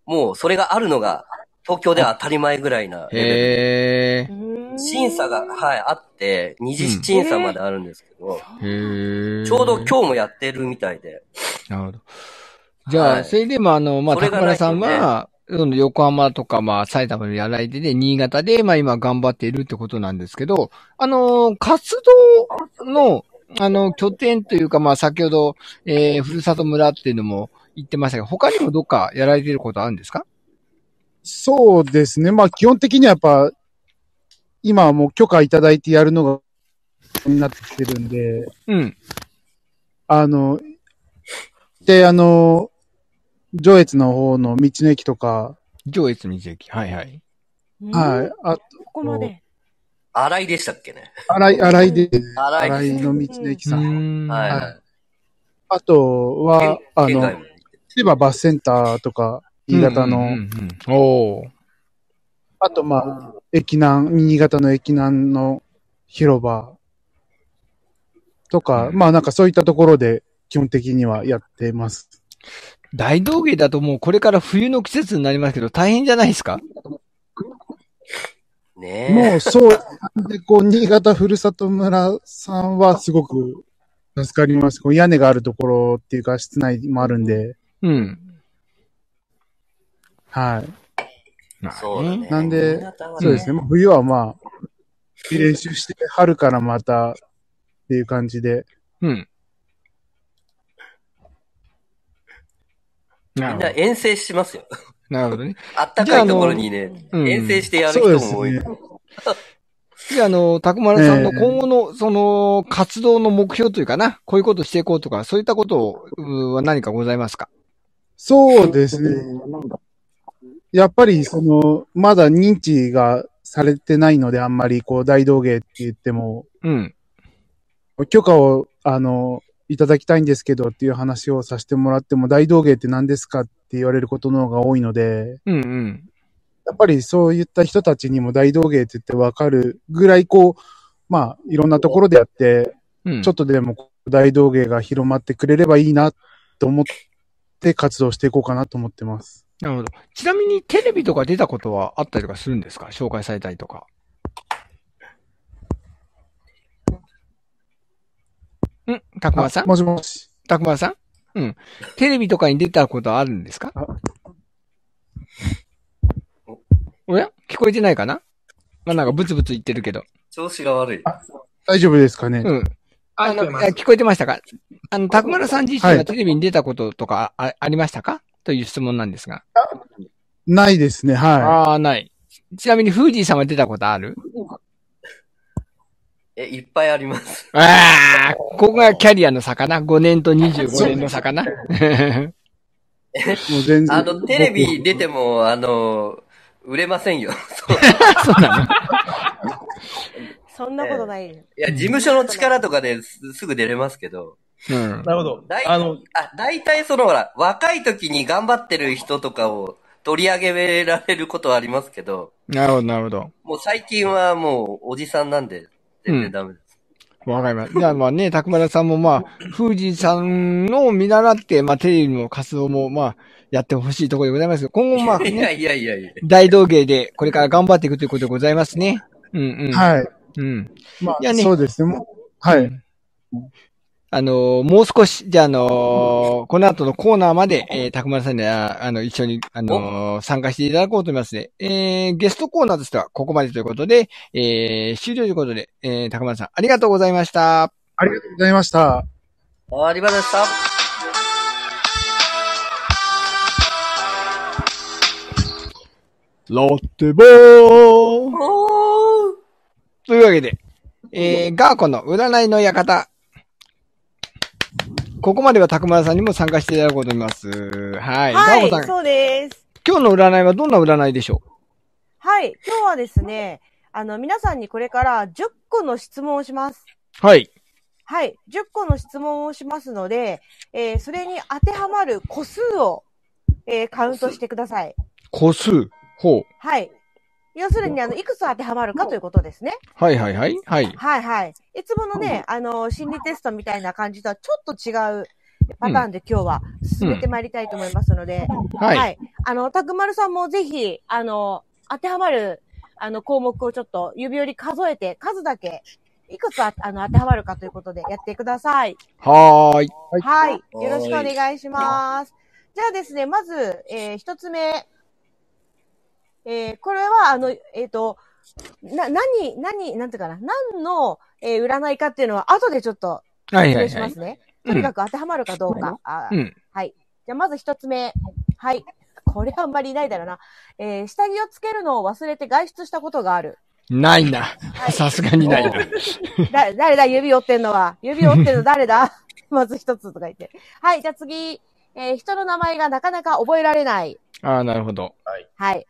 D: もうそれがあるのが、東京では当たり前ぐらいなレベル。
A: へ
B: う
A: ー。
B: ーん
D: 審査が、はい、あって、二次審査まであるんですけど、
A: へー。
D: ちょうど今日もやってるみたいで。
A: なるほど。じゃあ、
D: はい
A: それで、まあ、あの、まあ、
D: それ
A: 高
D: が
A: 村さん
D: ないと
A: は、その横浜とか、まあ、埼玉のやらいでで、新潟で、まあ、今頑張っているってことなんですけど、あのー活動の、あの、拠点というか、まあ、先ほど、えー、ふるさと村っていうのも言ってましたけど、他にもどっかやられてることあるんですか
E: そうですね。まあ、基本的にはやっぱ、今はもう許可いただいてやるのが、になってきてるんで、
A: うん。
E: あの、で、あの、上越の方の道の駅とか、
A: 上越道駅。はいはい。
E: はい。あ、
B: ここまで。
D: 荒いでしたっけね。
E: 荒い、荒いで、
D: 荒い
E: 荒
D: で
E: いの道の駅さん。
A: ん
D: す。はい
A: い。
D: は
E: あと
D: い。
E: は、あ
D: 県外
E: の、
D: も
E: 千葉バスセンターとか、新潟
A: うんうん
E: の、
A: うん。おー
E: あとまあ、駅南、新潟の駅南の広場とか、
A: うん
E: まあなんかそういったところで基本的にはやってます。
A: 大道芸だともうこれから冬の季節になりますけど、大変じゃないですか
D: ね
E: もうそう、で、こう、新潟ふるさと村さんはすごく助かります。こう屋根があるところっていうか、室内もあるんで、
A: うん。
E: はい。
D: え。そうだね。
E: なんで
D: 新潟は
E: そうですね。まあ冬はまあ、練習して、春からまたっていう感じで。
A: うん。な
D: みんな
A: るほ
D: 遠征しますよ。
A: ど。なるほどね。
D: あったかいところにね、
A: うん
D: 遠征してやる
E: そう
D: 人
E: です
D: も多い。
E: ね。
A: じゃあ、あの、たくまるさんの
E: ええ
A: 今後の、その、活動の目標というかな、こういうことしていこうとか、そういったことをうーは何かございますか
E: そうですね。やっぱり、その、まだ認知がされてないので、あんまり、こう、大道芸って言っても、
A: うん。
E: 許可を、あの、いただきたいんですけどっていう話をさせてもらっても、大道芸って何ですかって言われることの方が多いので、
A: うんうん。
E: やっぱりそういった人たちにも大道芸って言ってわかるぐらい、こう、まあ、いろんなところでやって、
A: うん。
E: ちょっとでも大道芸が広まってくれればいいなと思って活動していこうかなと思ってます。
A: なるほど。ちなみにテレビとか出たことはあったりとかするんですか紹介されたりとか。んたくまさん
E: あもしもし。
A: たくまさんうん。テレビとかに出たことはあるんですか
E: あ
A: おや聞こえてないかなまあ、なんかブツブツ言ってるけど。
D: 調子が悪い。
E: 大丈夫ですかね、
A: うん。あの、
C: 聞こえます
A: あ聞こえてましたかあの、たくまらさん自身
E: は
A: が
E: い
A: テレビに出たこととかあ,、ありましたかという質問なんですが。
E: ないですね。は
A: ああ、ない。ちなみに、フージーさんは出たことある
D: え、いっぱいあり ます。
A: ああ、ここがキャリアの差かな ?5 年と25年の差かな
E: い。もう全然。
D: あの、テレビ出ても、あの、売れませんよ。 そう。
A: そうなの
B: そんなことない。
D: いや、事務所の力とかですすぐ出れますけど、
A: うん。
C: なるほど
D: 大。
C: あの、
D: あ、大体そのほら、若い時に頑張ってる人とかを取り上げられることはありますけど、
A: なるほど、なるほど。
D: もう最近はもうおじさんなんで、全然ダメです。
A: わかります。じゃあまあね、たくまらさんもまあ、富士さんの見習って、まあテレビも活動もまあ、やってほしいところでございますけど、今後まあ
D: いや
A: ね、
D: いやいやいや。
A: 大道芸でこれから頑張っていくということでございますね。うんうん。い。
E: はい。
A: うん。
E: ま
A: いや
E: あ、
A: ね
E: そうですね。もうはい。
A: あのーもう少し、じゃあ、あのーこの後のコーナーまで、えー、たくまらさんには、あの、一緒に、あのー参加していただこうと思いますね。えー、ゲストコーナーとしてはここまでということで、えー、終了ということで、えー、たくまらさん、ありがとうございました。
E: ありがとうございました。
D: ありがとうございました。
A: ラテボー
D: おー
A: というわけで、えー、ガーコの占いの館。ここまではたくまらさんにも参加していただこうと思います。はい。
B: はい
A: ガーコ、さん、
B: そうです。
A: 今日の占いはどんな占いでしょ
B: はい、今日はですね、あの、皆さんにこれから10個の質問をします。
A: うはい。
B: はい、10個の質問をしますので、えーそれに当てはまる個数を、えーカウントしてください。
A: 個数。ほう。
B: はい。要するに、あの、いくつ当てはまるかということですね。
A: はいはいはい。はい。
B: はいはい。いつものね、あの、心理テストみたいな感じとはちょっと違うパターンで今日は進めてまいりたいと思いますので、
A: はい。
B: はい。あの、たくまるさんもぜひ、あの、当てはまる、あの、項目をちょっと指折り数えて、数だけ、いくつああの当てはまるかということでやってください。
A: はーい。
B: はい。よろしくお願いします。じゃあですね、まず、えー一つ目。えーこれは、あの、えっ、と、な、何、何、なんていうかな、何の、えー占いかっていうのは、後でちょっと、
A: はいはい
B: 発表し
A: は
B: ま
A: い
B: す。ね。とにかく当てはまるかどうか。あー
A: うん。
B: はい。じゃあ、まず一つ目。はい。これはあんまりいないだろうな。えー下着をつけるのを忘れて外出したことがある。
A: ないな。
B: はい
A: さすがにないな。
B: だ、誰だ指折ってんのは。指 折ってんの誰だ まず一つとか言って。はい。じゃあ次。えー人の名前がなかなか覚えられない。
A: ああ、なるほど。
B: はい。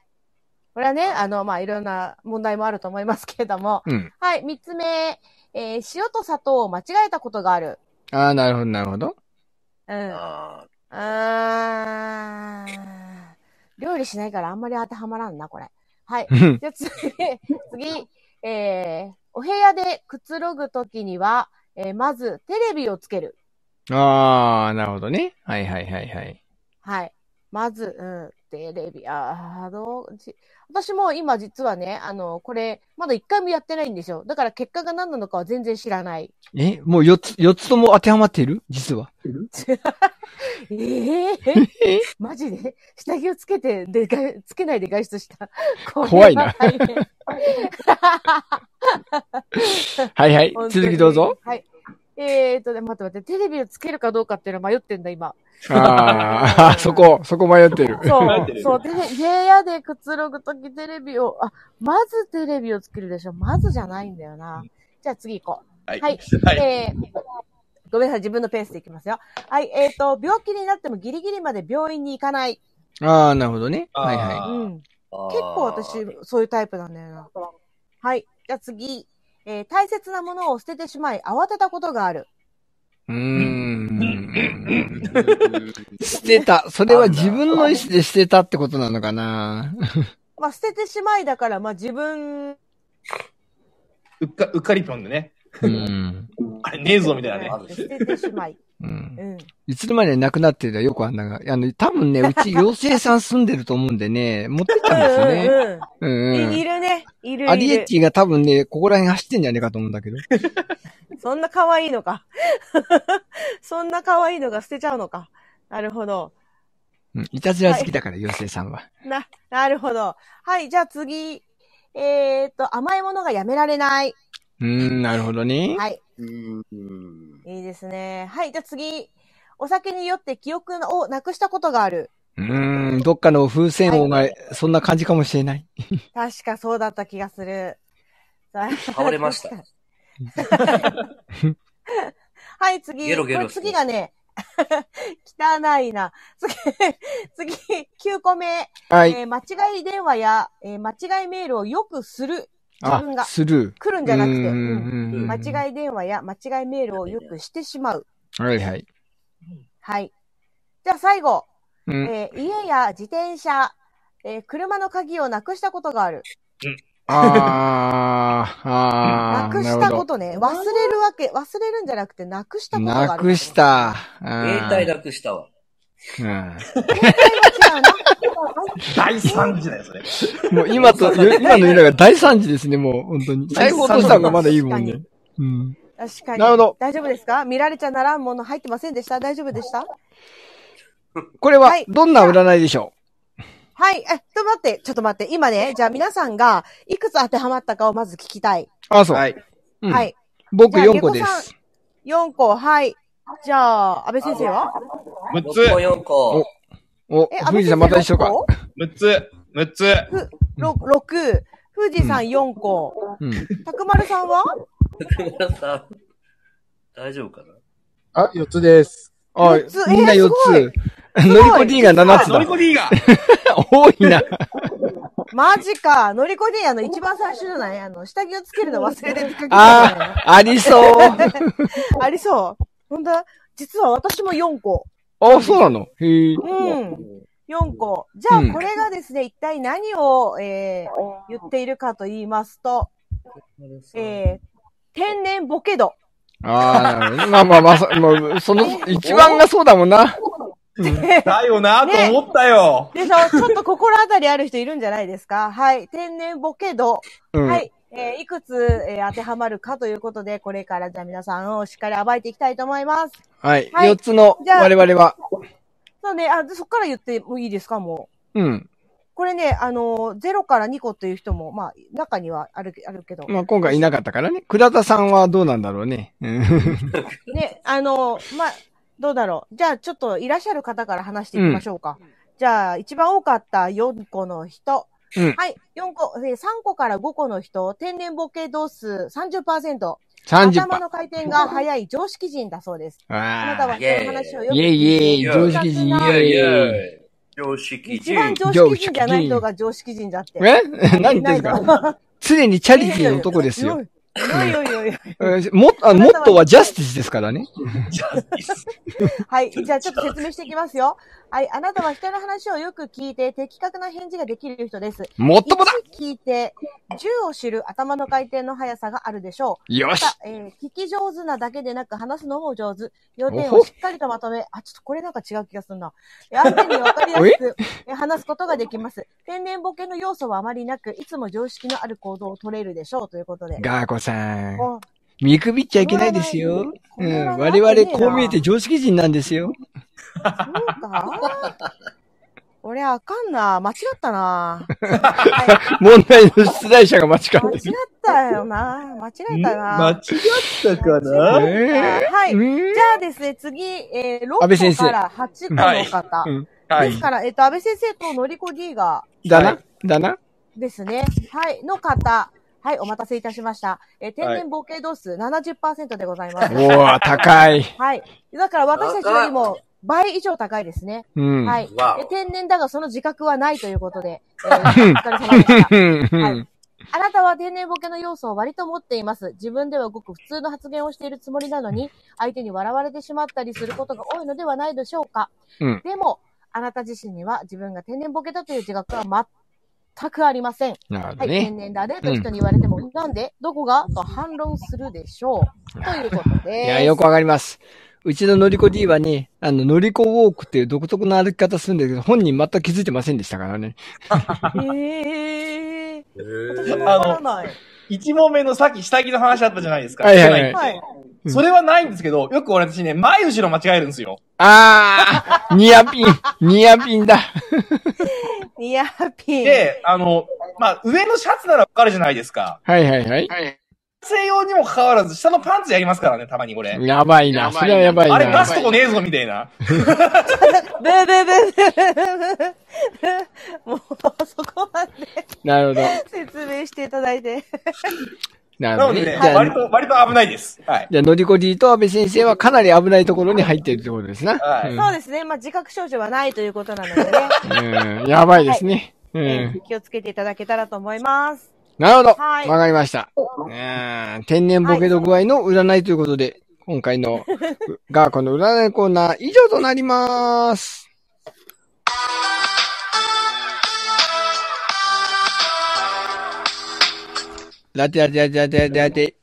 B: これはね、あの、まあ、いろんな問題もあると思いますけれども。
A: うん。
B: はい。三つ目。えー塩と砂糖を間違えたことがある。
A: ああ、なるほど、なるほど。
B: うん。
D: あ
B: あー料理しないからあんまり当てはまらんな、これ。はい。
A: うん
B: じゃあ次、 次、えー、お部屋でくつろぐときには、えー、まずテレビをつける。
A: ああ、なるほどね。はいはいはいはい。
B: はい。まず、うん、テレビ、あーどうし、私も今実はね、あの、これ、まだ一回もやってないんですよ。だから結果が何なのかは全然知らない。
A: え、もう四つ、四つとも当てはまっている実は。
B: ええマジで下着をつけて、で、がつけないで外出した。これは
A: 怖いな
B: 大変。
A: はいはい。続きどうぞ。。
B: はい。えーとね、待って待って、テレビをつけるかどうかっていうのは迷ってんだ、今。
A: ああ、そこ、そこ迷ってる。
B: そ
C: 迷ってる
B: う、そう、テレ部屋でくつろぐときテレビを、あ、まずテレビをつけるでしょ。まずじゃないんだよな。じゃあ次行こう。
C: はい
B: はい。
C: はい。
B: えーごめんなさい、自分のペースでいきますよ。はい、えーと、病気になってもギリギリまで病院に行かない。
A: ああ、なるほどね。
C: あー
A: はいは
B: うん。
D: ー
B: 結構私、そういうタイプなんだよな。はい。じゃあ次。えー大切なものを捨ててしまい、慌てたことがある。
A: い。うー ん。捨てた。それは自分の意思で捨てたってことなのか な。
B: まあ、捨ててしまいだから、まあ自分、
C: うっか、うっかりぴょんでね。
A: うん。
C: あれねえぞ、みたいなね。
B: 捨ててしまい。
A: うん
B: うん。
A: いつの間になくなってるよくあんなが。あの、多分ね、う ち妖精さん住んでると思うんでね、持ってったんですよね。う
B: うんん。
A: う
B: いい
A: ん。
B: るね。いる
A: ア
B: い
A: リエッ
B: る。
A: ティが多分ね、ここら辺走ってんじゃねえかと思うんだけど。
B: そんな可愛いのか。 そんな可愛いのが捨てちゃうのか。なるほど。
A: うん。いたずら好きだから、妖精さんは。
B: な、なるほど。はい。じゃあ次。えーっと、甘いものがやめられない。
A: うーん、なるほどね。
B: はい。
D: うん
B: いいですね。はい。じゃあ次。お酒に酔って記憶をなくしたことがある。
A: うーん、どっかの風船王が、そんな感じかもしれない。
B: 確かそうだった気がする。倒
D: 倒れました。
B: はい、次。
D: ゲロゲロ
B: これ次がね、 汚いな。次、次、9個目。
A: はい。
B: えー間違い電話や、えー間違いメールをよくする。自
A: あ
B: 分、が
A: スルー。
B: 来るんじゃなくて。
A: うー
B: うん
A: んうん
B: 間違い電話や間違いメールをよくしてしまう。
A: はいはい。
B: はい。じゃあ最後。
A: うん。
B: えー家や自転車、えー車の鍵をなくしたことがある。
A: あー、あー、
B: なく
A: な
B: し
A: る
B: た
A: ほ
B: ことね。忘れるわけ、忘れるんじゃなくて、なくした
A: ど。
B: ことがある。
A: なくし。た。携
D: 携帯なくしたわ。
A: う
B: 違うな。
C: 大惨事だよ、それ。
A: ん。もう今と、よ今の色が大惨事ですね、もう、本当に。財布落とした方がまだいいもんね。うん。
B: 確かに。
A: なるほど
B: 大丈夫ですか見られちゃならんもの入ってませんでした大丈夫でした
A: これは
B: はい、
A: どんな占いでしょ
B: はい。え、ちょっと待って、ちょっと待って。今ね、じゃあ皆さんが、いくつ当てはまったかをまず聞きたい。
A: うあ、そう。
C: はい。
A: うん
B: は。い。
A: 僕
B: じゃあ
A: 4個で
B: ゆこ
A: す。
B: 4個、はい。じゃあ、安倍先生は
C: 6
D: 六
C: つ、
D: 個4個。
A: お
B: え、、安
A: 富
B: 倍
A: 士さ
B: 先生
A: んまた一緒か。
C: 6つ、6つ。
B: 6、富士山4個。
A: うん。
B: たくまるさんは
D: 福村さん、大丈夫かな
E: あ、4つです。
A: あ
B: 四つ、
A: みんな
B: えー
A: 4つ。 のりこ D が7つ
C: ノリコ
A: だ。
C: D が。
A: 多いな。
B: マジか。のりこで、あの、一番最初じゃないあの、下着をつけるの忘れて出かけたみたい
A: あ
B: な
A: あ、あり そう。
B: ありそう。ほんとだ実は私も4個。
A: あ、そうなのへえ。
B: うん。4個。じゃ
A: うん
B: あ、これがですね、一体何を、えー、言っているかと言いますと、えー、天然ボケ度。
A: ああ、なるほど。まあまあまあ、そまあその、一番がそうだもんな。
C: だよなと思ったよ。
B: でしょちょっと心当たりある人いるんじゃないですかはい。天然ボケ度。
A: うん。
B: はい。えー、いくつ、えー当てはまるかということで、これからじゃあ皆さんをしっかり暴いていきたいと思います。
A: はい。
B: はい
A: 四つの
B: じゃあ
A: 我々は、
B: そうね、あ、でそっから言ってもいいですかも
A: うん。
B: これね、あの、0から2個っていう人も、まあ、中にはあるあるけど、
A: まあ今回いなかったからね。倉田さんはどうなんだろうね。うん
B: ね、あの、まあ、どうだろう。じゃあ、ちょっといらっしゃる方から話していきましょうか。じゃあ、一番多かった4個の人。
A: うん
B: はい、4個、えー3個から5個の人、天然ボケ度数30%、
A: 30%。
B: 頭の回転が速い常識人だそうです。あなたは
A: あ
B: 人の話を
A: ー
B: よく
A: イェイ
B: 聞いて
A: イェイ、常識人イ
B: い
A: ェ
B: や
A: イイェイ。
D: え常識
B: 一
D: 人。
B: 番常識人じゃない人が常識人だって。
A: え 何言ってんす
B: ない
A: か
B: の
A: 常にチャリティーの男ですよ。。
B: いやいやいやいや
A: えーも、あ、モットーはジャスティスですからね。
B: はい。じゃあちょっと説明していきますよ。はい。あなたは人の話をよく聞いて、的確な返事ができる人です。
A: もっともだ
B: 1聞いて、10を知る頭の回転の速さがあるでしょう。
A: よし
B: また、えー聞き上手なだけでなく話すのも上手。要点をしっかりとまとめ、あ、ちょっとこれなんか違う気がするな。え相手にわかりやすくえ話すことができます。天然ボケの要素はあまりなく、いつも常識のある行動を取れるでしょうということで。
A: ガーコさん。
B: お
A: 見くびっちゃいけないですよ。
B: こ
A: う
B: の占い
A: ん。我々こう見えて常識人なんですよ。
B: そうか 俺あかんな。間違ったな。はい
A: 問題の出題者が間違
B: 間違
A: ってる。
B: ったよな。間違えたな。
C: 間違ったか
B: 間
C: な
B: 違
A: え
B: は
A: ー
B: い。じ
A: うん
B: ゃあですね、次、えー、
A: 安倍
B: 6
A: 先生
B: 個から8個の方。
A: うん
D: は
B: ですから、えっと、安倍先生とのりこ D が
A: だ
C: は
A: ないだな
B: ですね。はい、の方。はい、お待たせいたしました。えー天然ボケ度数70%でございます。
A: おー、高い。
B: はい。だから私たちよりも倍以上高いですね。
A: うん。
B: はい。
D: わ
B: で
D: お
B: 天然だがその自覚はないということで、えー お疲れ様でした。はいあなたは天然ボケの要素を割と持っています。自分ではごく普通の発言をしているつもりなのに、相手に笑われてしまったりすることが多いのではないでしょうか。
A: うん
B: でも、あなた自身には自分が天然ボケだという自覚は全くありません。
A: なるほ
B: は
A: ど
B: い、
A: ね
B: 天。然だねと人に言われても、なんでどこがと反論するでしょう。ということです。
A: いや、よくわかります。うちののりこ D はね、あの、のりこウォークっていう独特な歩き方するんだけど、本人全く気づいてませんでしたからね。
B: えー、
D: ー
B: 私もわからない。
C: 一問目のさっき下着の話あったじゃないですか。
A: はいはいはい
B: はい。
C: それはないんですけど、よく俺私ね、前後ろ間違えるんですよ。
A: あー、ニアピン、ニアピンだ。
B: ニアピン。
C: で、あの、まあ、上のシャツならわかるじゃないですか。
A: はいはいはい。
C: 撮影用にもかかわらず、下のパンツやりますからね、たまにこれ。
A: やばいな。それはやばいな。
C: あれ出すとこねえぞ、みたいな。
B: ブーブーブーブーブーブー。もう、そこまで
A: なるほど。
B: 説明していただいて。
A: なる
C: な
A: ほ
C: の
A: ど
C: で
A: ね。
C: ね、
A: じゃ
C: 割
A: あ、
C: と、割と危ないです。はい。
A: じゃあ、のりこ D と安倍先生はかなり危ないところに入ってるってことですな。
C: はい
A: うん
B: そうですね。まあ、自覚症状はないということなのでね、
A: うん、やばいですね。う
B: え
A: ん
B: ー。気をつけていただけたらと思います。
A: なるほど。わ
B: はい
A: かりました。うん天然ボケ度具合の占いということで、今回の ガーコの占いコーナー以上となります。ラテラテラテラテラテラテ。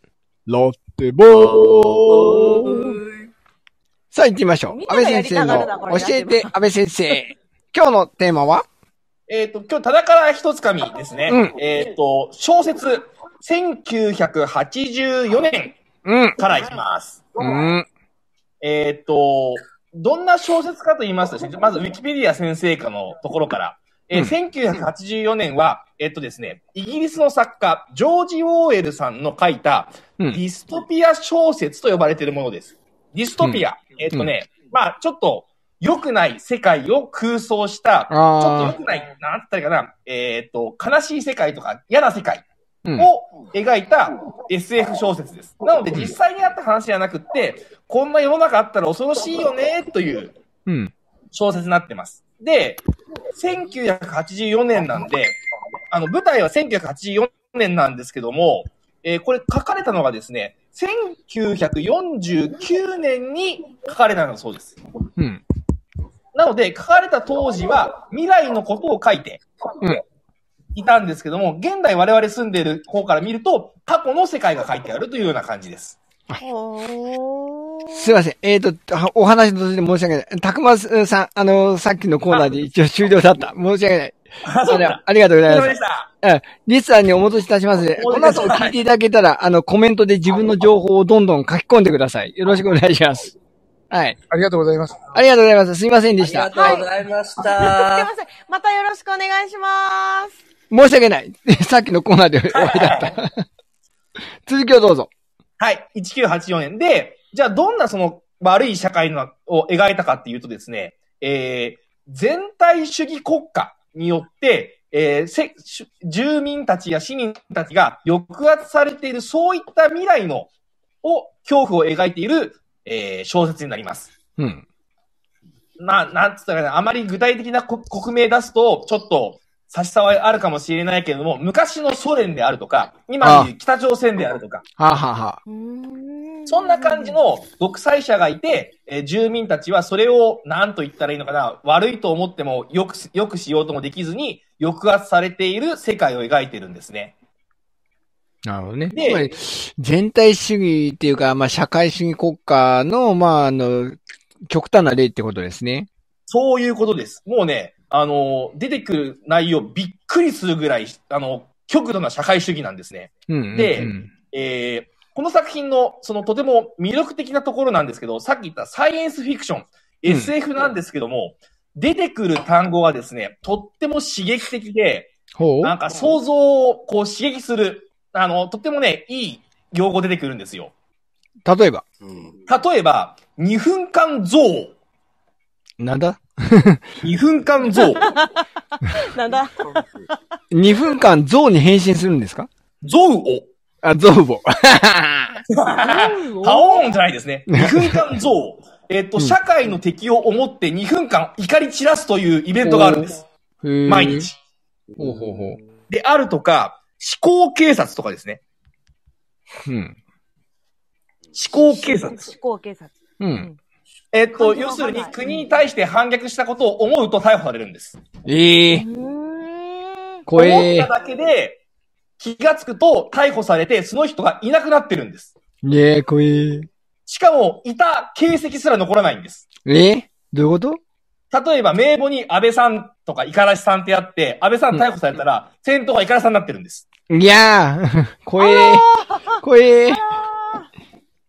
A: ロッテボーさあ行ってみましょう
B: みん。な
A: 安
B: が
A: 倍
B: や
A: 先
B: り
A: 生
B: たが
A: の
B: るなこれ
A: 教えて安倍先生。今日のテーマは
C: えっ、と、今日、ただから一つかみですね。
A: うん
C: えっ、と、小説、1984年
A: うん。
C: からいきます。
A: うん。
C: えっ、と、どんな小説かと言いますとですね、まずウィキペディア先生かのところから、えー1984年は、えっ、とですね、イギリスの作家、ジョージ・オーエルさんの書いた、
A: うん
C: ディストピア小説と呼ばれているものです。ディストピア。えっ、とね、まあ、ちょっと良くない世界を空想した、ちょっと良
A: あ
C: くない、なんつったらいいかな、えっ、と、悲しい世界とか嫌な世界
A: うん
C: を描いた SF 小説です。なので実際にあった話じゃなくって、こんな世の中あったら恐ろしいよね、という
A: ー。うん。
C: 小説になってます。で、1984年なんで、あの、舞台は1984年なんですけども、えーこれ書かれたのがですね、1949年に書かれたのだそうです。
A: うん。
C: なので、書かれた当時は未来のことを書いて
A: うん
C: いたんですけども、現代我々住んでいる方から見ると、過去の世界が書いてあるというような感じです。
B: ほー。
A: すいません。えっ、と、はお話の途中で申し訳ない。たくまさん、あの、さっきのコーナーで一応終了だった。申し訳ない。
C: あ
A: それ
C: だ
A: はありがとうご
C: お疲
A: ざいま。
C: れ様ですした。
A: うん。リスさんにお戻しいたしますので、この後聞いていただけたら、あの、コメントで自分の情報をどんどん書き込んでください。よろしくお願いします。はい。
E: ありがとうございます。
A: ありがとうございます。すいませんでし
D: あ
A: た
D: り。がとうございまし
B: すい
D: た
B: ま。せん。またよろしくお願いします。
A: 申し訳ない。 さっきのコーナーで終わりだった。続きをどうぞ。
C: はい、1984年。で、じゃあどんなその悪い社会のを描いたかっていうとですね、えー、全体主義国家によって、えーせ、し住民たちや市民たちが抑圧されている、そういった未来の、を、恐怖を描いている、えー小説になります。
A: うん。
C: まあ、なんつったかな、あまり具体的なこ国名出すと、ちょっと差し障りあるかもしれないけれども、昔のソ連であるとか、今でいう北朝鮮であるとか、
A: はあ、はあはあ、
C: そんな感じ。の独裁者がいて、えー住民たちはそれを何と言ったらいいのかな、悪いと思ってもよくし、よくしようともできずに、抑圧されている世界を描いてるんですね。
A: なるほどね。
C: で
A: つまり、全体主義っていうか、まあ、社会主義国家の、まあ、あの、極端な例ってことですね。
C: そういうことです。もうね、あのー、出てくる内容びっくりするぐらい、あの、極度な社会主義なんですね。
A: うんうん、うん。
C: でえーこの作品の、そのとても魅力的なところなんですけど、さっき言ったサイエンスフィクション、SF なんですけども、出てくる単語がですね、とっても刺激的で、
A: ほう
C: なんか想像をこう刺激する、あの、とってもね、いい用語出てくるんですよ。
A: 例えば、
D: うん
C: 例えば、2分間像。
A: なんだ
C: 2分 間像。
B: なんだ
A: ?2 分間象に変身するんですか
C: 像を。
A: あ、象母。
C: パオーンじゃないで すね。2分間像。えっと、
A: うん
C: 社会の敵を思って2分間怒り散らすというイベントがあるんです。毎
A: 毎。
C: 日。
A: ほうほうほ
C: であるとか、思考警察とかですね。
A: う。うん。
C: 思考警察
B: 思。考警察。
A: うん。
C: えっと、
B: 感情
C: 要
B: が
C: するに
B: ない
C: 国に対して反逆したことを思うと逮捕されるんです。
A: ええ
B: うーん。
A: 怖
C: 思
A: え
C: っただけで、気がつくと逮捕されて、その人がいなくなってるんです。
A: ねえ、怖え
C: しかも、いた形跡すら残らないんです。
A: ええどういうこと
C: 例えば、名簿に安倍さんとか、イカラシさんってあって、安倍さん逮捕されたら、先頭がイカラシさんになってるんです。
A: いやー、 怖え怖え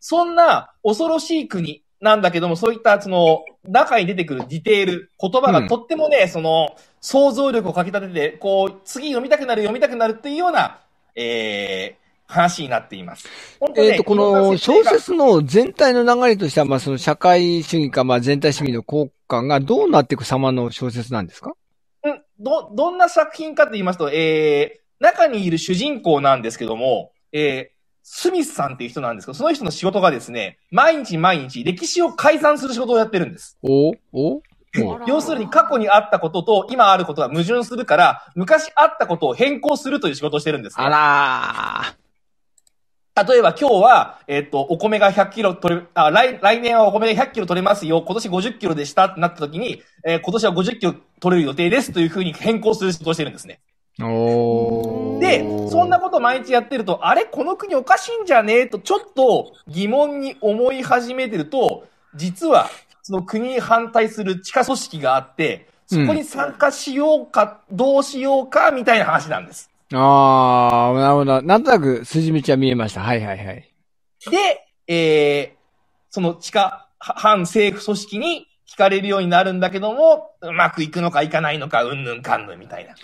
C: そんな恐ろしい国なんだけども、そういったその中に出てくるディテール、言葉
A: うん
C: がとってもね、その想像力をかき立てて、こう、次読みたくなる、読みたくなるっていうような、えー、話になっています。本当ね
A: えっと、この小説の全体の流れとしては、まあ、その社会主義か、まあ、全体主義の効果がどうなっていく様の小説なんですか
C: うんど、どんな作品かと言いますと、えー、中にいる主人公なんですけども、えー、スミスさんっていう人なんですけど、その人の仕事がですね、毎日毎日歴史を改ざんする仕事をやってるんです。
A: おおお
B: あら
C: 要するに過去にあったことと今あることが矛盾するから、昔あったことを変更するという仕事をしてるんですね、
A: あら
C: 例えば今日は、えっ、と、お米が100キロ取れ、あ来、来年はお米が100キロ取れますよ、今年50キロでしたってなった時に、えー今年は50キロ取れる予定ですというふうに変更する仕事をしてるんですね。
A: ー。おー
C: で、そんなこと毎日やってると、あれこの国おかしいんじゃねえと、ちょっと疑問に思い始めてると、実は、その国に反対する地下組織があって、そこに参加しようか、どうしようか、みたいな話なんです。
A: あー、なるほど。なんとなく筋道は見えました。はいはいはい。
C: で、えー、その地下、は反政府組織に惹かれるようになるんだけども、うまくいくのかいかないのか、うんぬんかんぬんみたいな。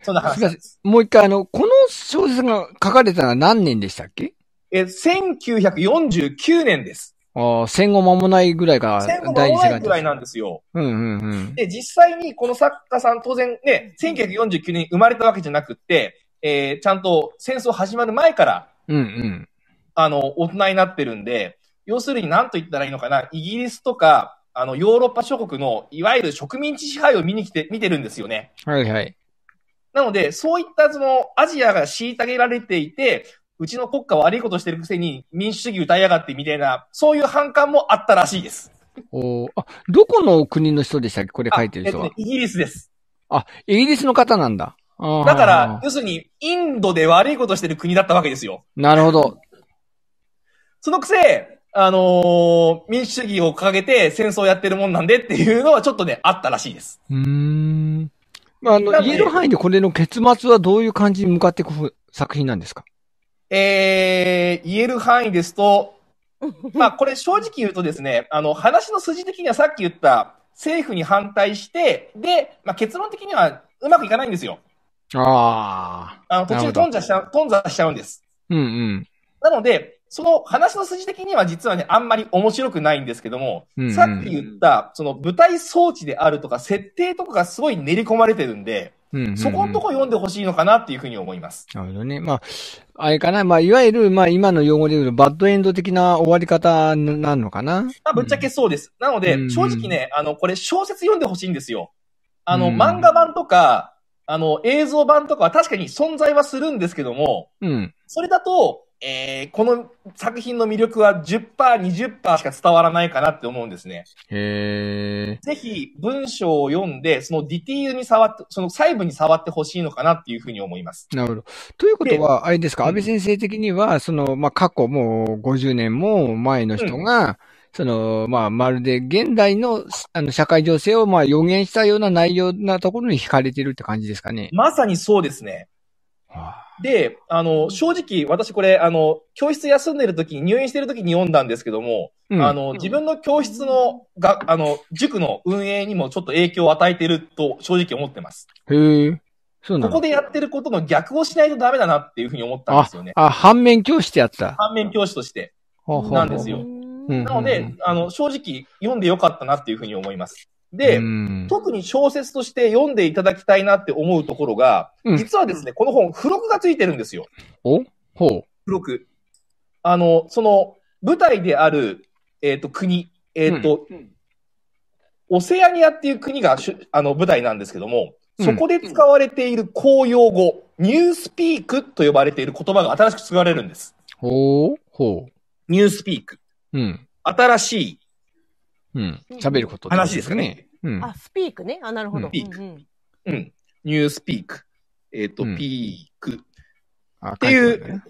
C: そんな
A: す
C: 話
A: いませ
C: なん
A: ん
C: です。
A: もう一回、あの、この小説が書かれたのは何年でしたっけ
C: えー、1949年です。
A: ああ、戦後間もないぐらいが
C: 戦後
A: 第二次世
C: 間もない
A: 界
C: くらい
A: 大
C: な
A: 戦。
C: んですよ。
A: うんうんうん。
C: で、実際にこの作家さん、当然ね、1949年に生まれたわけじゃなくって、えーちゃんと戦争始まる前から、
A: うんうん。
C: あの、大人になってるんで、要するに何と言ったらいいのかな、イギリスとか、あの、ヨーロッパ諸国の、いわゆる植民地支配を見に来て、見てるんですよね。
A: はいはい。
C: なので、そういったその、アジアが虐げられていて、うちの国家は悪いことしてるくせに民主主義歌いやがってみたいな、そういう反感もあったらしいです。
A: おーあ、どこの国の人でしたっけこれ書いてる人は
C: あえっと。ねイギリスです。
A: あ、イギリスの方なんだ。あー
C: だから、、要するに、インドで悪いことしてる国だったわけですよ。
A: なるほど。
C: そのくせ、あのー民主主義を掲げて戦争やってるもんなんでっていうのはちょっとね、あったらしいです。
A: うーん。まあ、あの、
C: なんで
A: 言える範囲でこれの結末はどういう感じに向かっていく作品なんですか
C: えー、言える範囲ですと、まあ、これ正直言うとですね、あの、話の筋的にはさっき言った政府に反対して、で、まあ、結論的にはうまくいかないんですよ。
A: ああ。
C: あの、途
A: なる
C: 中
A: ほど
C: 頓挫しちゃう、頓挫しちゃうんです。
A: うんうん。
C: なので、その話の筋的には実はね、あんまり面白くないんですけども、
A: うんうん
C: さっき言った、その舞台装置であるとか、設定とかがすごい練り込まれてるんで、
A: うんうんうん
C: そこのとこ読んでほしいのかなっていうふうに思います。
A: なるほどね。まあ、あれかな。まあ、いわゆる、まあ、今の用語で言うと、バッドエンド的な終わり方ななのかな。
C: まあ、ぶっちゃけそうです。なの
A: う
C: で、
A: ん
C: 正直ね、あの、これ小説読んでほしいんですよ。あの、
A: うん
C: 漫画版とか、あの、映像版とかは確かに存在はするんですけども、
A: うん。うん。
C: それだと、えーこの作品の魅力は10%、20%しか伝わらないかなって思うんですね。
A: へえ。
C: ぜひ文章を読んで、そのディティールに触って、その細部に触ってほしいのかなっていうふうに思います。
A: なるほど。ということは、あれですか、安倍先生的には、その、まあ、過去もう50年も前の人が、その、まあ、まるで現代の、あの、社会情勢を、まあ、予言したような内容なところに惹かれてるって感じですかね。
C: まさにそうですね。
A: はあ
C: で、あの、正直、私これ、あの、教室休んでる時に、入院してる時に読んだんですけども、
A: うん、
C: あの、自分の教室のが、あの、塾の運営にもちょっと影響を与えてると正直思ってます。
A: へえ。そうなの
C: ここでやってることの逆をしないとダメだなっていうふうに思ったんですよね。
A: あ、反面教師ってやつだ。
C: 反面教師として。なんですよ
A: うん
C: なの
A: う
C: で
A: ん、
C: あの、正直読んでよかったなっていうふうに思います。で、
A: うん
C: 特に小説として読んでいただきたいなって思うところが、
A: うん
C: 実はですね、この本、付録がついてるんですよ。
A: おほう。
C: 付録。あの、その、舞台である、えっ、と、国、えっ、と、オセアニアっていう国がしゅあの舞台なんですけども、
A: うん
C: そこで使われている公用語、ニュースピークと呼ばれている言葉が新しく使われるんです。
A: ほうほ
C: ニュースピーク。
A: う。うん。
C: 新しい。
A: うん。喋ることって
C: 話ですね。
A: うん。
B: あ、スピークね。あ、なるほど。
A: うん
C: ピーク
B: うんうん
C: うん。ニュースピーク。えっ、と、
A: うん
C: ピーク。
A: って
C: いう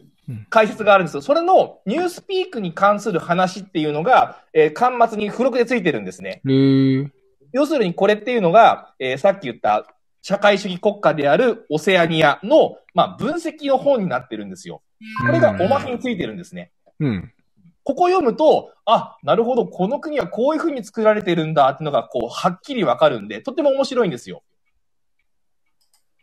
C: 解説があるんですよ。それのニュースピークに関する話っていうのが、えー、端末に付録でついてるんですね。
A: へー
C: 要するにこれっていうのが、えーさっき言った社会主義国家であるオセアニアの、まあ、分析の本になってるんですよ。これがおまけについてるんですね。
A: うん。
C: ここ読むと、あ、なるほど、この国はこういう風に作られてるんだっていうのが、こう、はっきりわかるんで、とても面白いんですよ。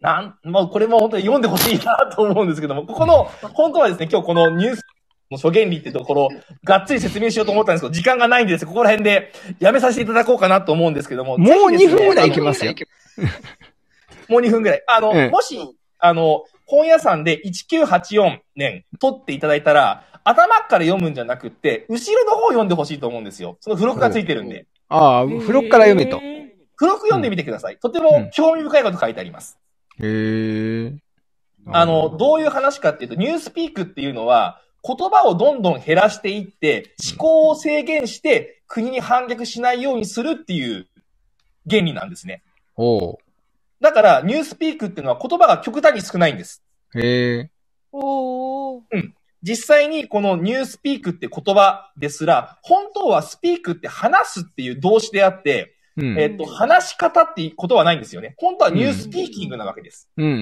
C: なん、まあ、これも本当に読んでほしいなと思うんですけども、ここの、本当はですね、今日このニュースの諸原理ってところ、がっつり説明しようと思ったんですけど、時間がないんでですね、ここら辺でやめさせていただこうかなと思うんですけども。
A: もう
C: ぜひですね
A: 2分ぐらいいけますよ。
C: もう2分ぐらい。あの、
A: ええ
C: もし、あの、本屋さんで1984年取っていただいたら、頭から読むんじゃなくって、後ろの方読んでほしいと思うんですよ。その付録がついてるんで。
A: ああ、付録から読めと。
B: へ
C: 付録読んでみてください。とても興味深いこと書いてあります。
A: へえ。
C: あの、どういう話かっていうと、ニュースピークっていうのは、言葉をどんどん減らしていって、思考を制限して、国に反逆しないようにするっていう原理なんですね。
A: ほ
C: だから、ニュースピークっていうのは言葉が極端に少ないんです。
A: う。へえ。
B: おー。
C: 実際にこのニュースピークって言葉ですら、本当はスピークって話すっていう動詞であって、
A: うん。
C: えっと、話し方っていうことはないんですよね。本当はニュースピーキングなわけです。
A: うんうん
B: う
A: う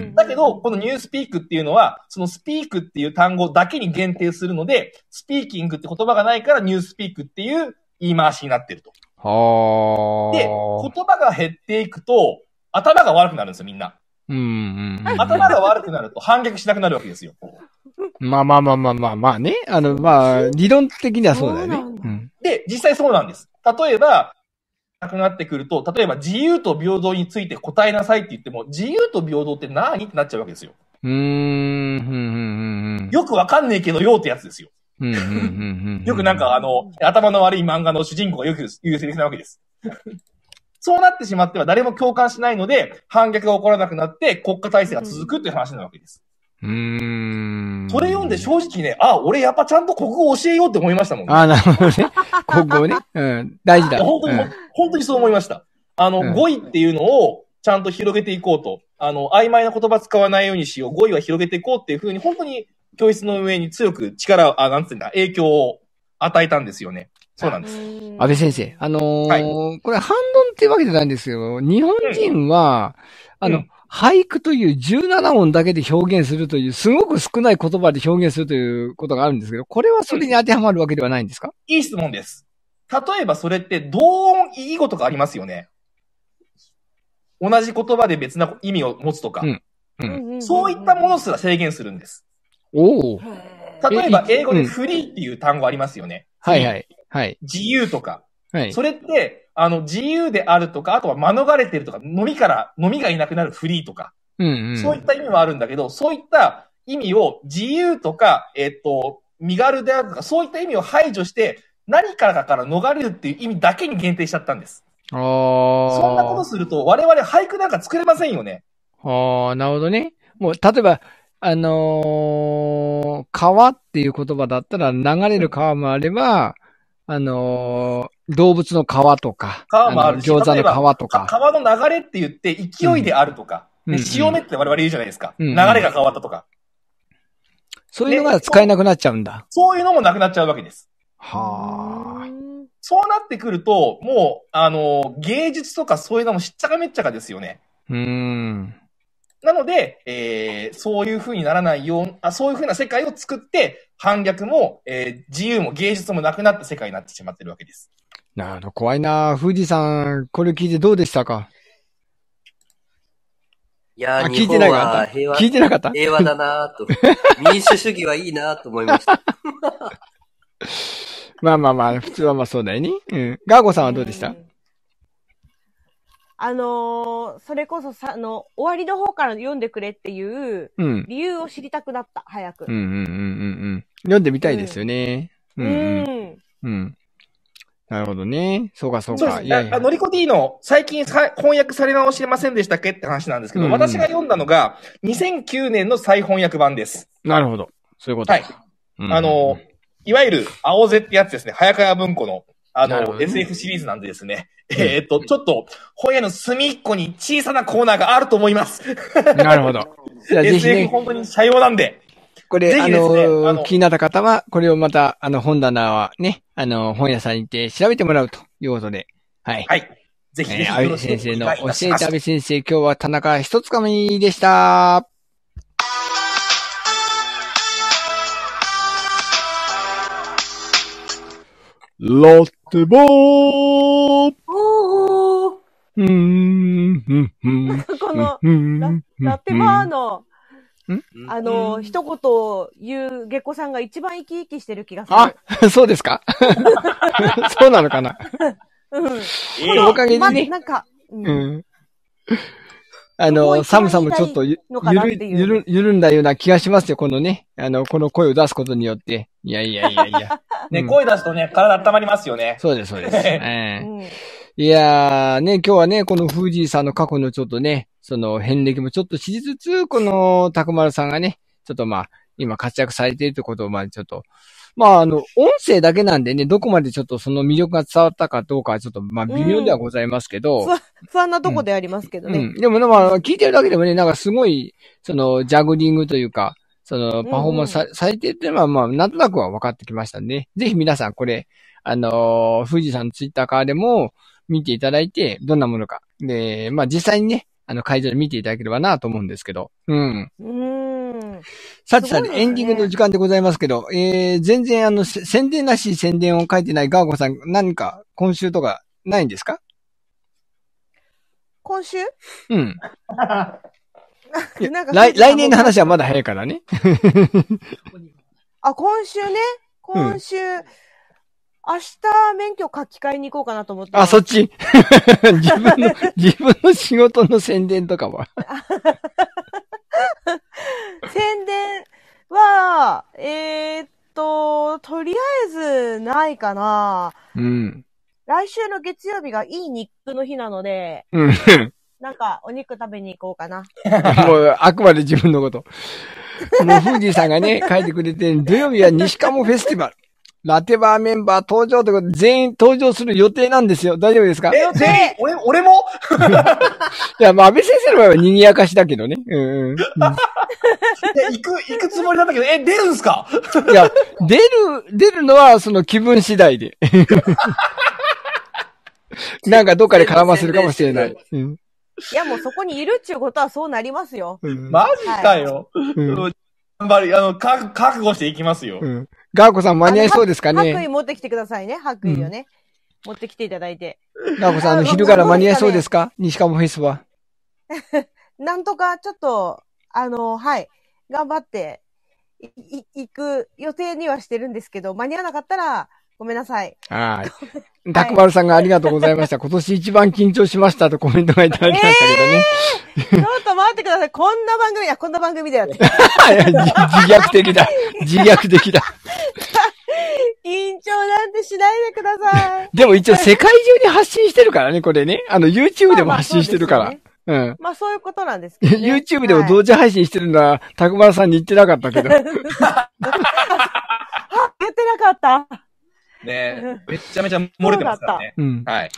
A: んん。
C: だけど、このニュースピークっていうのは、そのスピークっていう単語だけに限定するので、スピーキングって言葉がないからニュースピークっていう言い回しになってると。
A: はあ。
C: で、言葉が減っていくと、頭が悪くなるんですよ、みんな。
A: うんうんうん。
C: 頭が悪くなると反逆しなくなるわけですよ。
A: まあまあまあまあまあまあね。あの、まあ、理論的にはそうだよね。
B: そうなんだ
A: うん。
C: で、実際そうなんです。例えば、なくなってくると、例えば自由と平等について答えなさいって言っても、自由と平等って何ってなっちゃうわけですよ。
A: うーん、うん、うん、うん。
C: よくわかんねえけどよってやつですよ。
A: うん、うん、うんうん。
C: よくなんかあの、頭の悪い漫画の主人公がよく言うセリフなわけです。 そうなってしまっては誰も共感しないので、反逆が起こらなくなって国家体制が続くという話なわけです。
A: うーん。
C: それ読んで正直ね、あ、俺やっぱちゃんと国語を教えようって思いましたもんね。
A: ああ、なるほどね。ここね。うん。大事だ。
C: 本当に、
A: うん
C: 本当にそう思いました。あの、
A: うん
C: 語彙っていうのをちゃんと広げていこうと。あの、曖昧な言葉使わないようにしよう。語彙は広げていこうっていうふうに、本当に教室の上に強く力を、あ、なんつうんだ、影響を与えたんですよね。そうなんです。
A: 安倍先生、あのー
C: は
A: これ反論っていうわけじゃないんですけど、日本人は、
C: うん
A: あの、
C: うん
A: 俳句という17音だけで表現するという、すごく少ない言葉で表現するということがあるんですけど、これはそれに当てはまるわけではないんですか
C: いい質問です。例えばそれって同音異義語とかありますよね。同じ言葉で別な意味を持つとか
A: う。んう
B: うん
A: ん
B: うんうん
C: そういったものすら制限するんです。
A: おお
B: へー
C: 例えば
A: えい
C: 英語で
A: うん
C: フリーっていう単語ありますよね。
A: はいはい。はい。
C: 自由とか。
A: はい。
C: それって、あの、自由であるとか、あとは免れてるとか、飲みから、飲みがいなくなるフリーとか、
A: うんうん。
C: そういった意味もあるんだけど、そういった意味を自由とか、えっと、身軽であるとか、そういった意味を排除して、何からかから逃れるっていう意味だけに限定しちゃったんです。
A: あ
C: そんなこと
A: ー
C: すると、我々俳句なんか作れませんよね。
A: あー、なるほどね。もう、例えば、あのー川っていう言葉だったら、流れる川もあれば、あのー動物の川とか、
C: 川もあるし
A: の餃子の川とか。
C: か川の流れって言って、勢いであるとか、
A: うん
C: で
A: うん
C: 潮目って我々言うじゃないですか。
A: うん
C: 流れが変わったとか。
A: そういうのが使えなくなっちゃうんだ。
C: そういうのもなくなっちゃうわけです。
A: はあ。
B: うん
C: そうなってくると、もう、あの、芸術とかそういうのもしっちゃかめっちゃかですよね。
A: うーん。
C: なので、えーそういう風にならないよう、あそういう風な世界を作って、反逆も、えー自由も芸術もなくなった世界になってしまってるわけです。
A: なるほど、怖いな富士山、これ聞いてどうでしたか
D: いや
A: あ
D: ー、
A: 聞
D: 日
A: いて
D: 本
A: なか
D: は
A: った
D: 平和
A: 聞、いてなかった
D: 平和だなー と。民主主義はいいなーと思いました。
A: まあまあまあ、普通はまあそうだよね。うん。ガーゴさんはどうでした
B: んあのーそれこそさ、あの、終わりの方から読んでくれっていう
A: うん。
B: 理由を知りたくなった、早く
A: うんうんう。んうんうん。読んでみたいですよね。う
B: うん
A: うん。
B: ん。
A: うん。なるほどね。そうかそう
C: そう
A: か。
C: です
A: い
C: ね。
A: や
C: あ
A: い
C: あ
A: や。
C: のりこ D の最近さ翻訳され直してませんでしたっけって話なんですけど、
A: うんうん
C: 私が読んだのが2009年の再翻訳版です。
A: なるほど。そういうこと。
C: はい。
A: うん
C: あの、いわゆる青ぜってやつですね。早川文庫の、あ
A: なるほど
C: の、
A: ね
C: SF シリーズなんでですね。
A: ん
C: えーっと、ちょっと、本屋の隅っこに小さなコーナーがあると思います。
A: なるほ ど。じゃあぜひ
C: SF
A: ね、
C: 本当に社用なんで。
A: これ、
C: ぜ
A: あ
C: ひですねあ
A: の、
C: の
A: 気になった方は、これをまた、あの、本棚はね、あの、本屋さんに行って調べてもらうということで。はい。
C: はい。ぜひぜ
A: え
C: ひ
A: ー、安
C: よろ
A: 倍
C: しく
A: 先
C: お
A: 生の
C: 願いい
A: 教
C: たし
A: え
C: ま
A: て
C: す
A: 安。倍先生、今日は田中一つかみでした。ロッテボー
B: おー
A: うーん、うん、うん。
B: この、
A: うん
B: ラテバーの、
D: うん
B: あのー、一言を言う下戸さんが一番生き生きしてる気がする。
A: あ、 そうですかそうなのかな
B: うん。
A: おかげで
B: ま
A: ね。
B: なんか、うん
A: うん。あ
B: そこ
A: の、
B: 一番
A: 寒さもちょっとゆ
B: のかなって
A: ゆる
B: いう
A: ゆる、ゆるんだような気がしますよ、このね。あの、この声を出すことによって。いやいやいやいや。
C: ね、
A: うん
C: 声出すとね、体温まりますよね。
A: そうです、そうです。ええ
B: うん
A: いやー、ね、今日はね、このフージーさんの過去のちょっとね、その、遍歴もちょっと知りつつ、この、たくまるさんがね、ちょっとまあ、今活躍されているということを、まあ、ちょっと、まあ、あの、音声だけなんでね、どこまでちょっとその魅力が伝わったかどうかは、ちょっと、まあ、微妙ではございますけど、
B: そう不安なとこでありますけど
A: う
B: ね。
A: ん。でも、まあ、聞いてるだけでもね、なんかすごい、その、ジャグリングというか、その、パフォーマンスさ,、れてるっていうのは、まあ、なんとなくは分かってきましたんで、ぜひ皆さん、これ、あのー富士山のツイッターからでも見ていただいて、どんなものか。で、まあ、実際にね、あの、会場で見ていただければなと思うんですけど。うん。
B: うん。
A: さてさて、
B: すごいですね
A: エンディングの時間でございますけど、えー、全然、あの、せ宣伝らしい宣伝を書いてないガーゴさん、何か、今週とか、ないんですか
B: 今週
A: うん。いや
B: なんか
A: 来、来年の話はまだ早いからね。
B: あ、今週ね。
A: ん
B: 今週、明日免許書き換えに行こうかなと思ってます。
A: あ、そっち 自分の、自分の仕事の宣伝とかは。
B: 宣伝は、えーっと、とりあえずないかな。
A: うん。
B: 来週の月曜日がいい肉の日なので、
A: うん。も
B: なんかお肉食べに行こうかな。
A: う、あくまで自分のこと。もう、フージーさんがね、書いてくれて、土曜日は西鴨フェスティバル。ラテバーメンバー登場ということで、全員登場する予定なんですよ。大丈夫ですかい
C: え、全員、俺、俺も
A: や、まあ、安倍先生の場合は賑やかしだけどね。うんうん。
C: え行く、行くつもりだったけど、え、出るんすか
A: いや、出る、出るのはその気分次第で。なんかどっかで絡ませるかもしれない。うん
B: いや、もうそこにいるっちゅうことはそうなりますよ。
C: マジかよ。
A: うん
C: 頑張り、あの、か、覚悟していきますよ。
A: うんガーコさん間に合いそうですか
B: 白衣
A: ね
B: 持ってきてくださいね、白衣をね。持ってきていただいて。
A: ガーコさん、あの、
B: あ
A: 昼から間に合いそうですか西川フェイスは。
B: なんとかちょっと、あの、はい、頑張って、い、い、行く予定にはしてるんですけど、間に合わなかったら、ごめんなさ い。
A: はい。たくまるさんがありがとうございました。今年一番緊張しましたとコメントがいただきましたけどね。
B: ちょっと待ってください。こんな番組だ、こんな番組 だよって。
A: いや自 自虐的だ。自虐的だ。
B: 緊張なんてしないでください。
A: でも一応世界中に発信してるからね、これね。あの、YouTube でも発信してるから。うん。
B: まあそういうことなんですけど、ね。
A: YouTube でも同
B: 時、
A: 時配信してるのは、たくまるさんに言ってなかったけど。
B: あ、言ってなかった。
C: ねめちゃめちゃ漏れてますからね。
A: うん。
C: はい。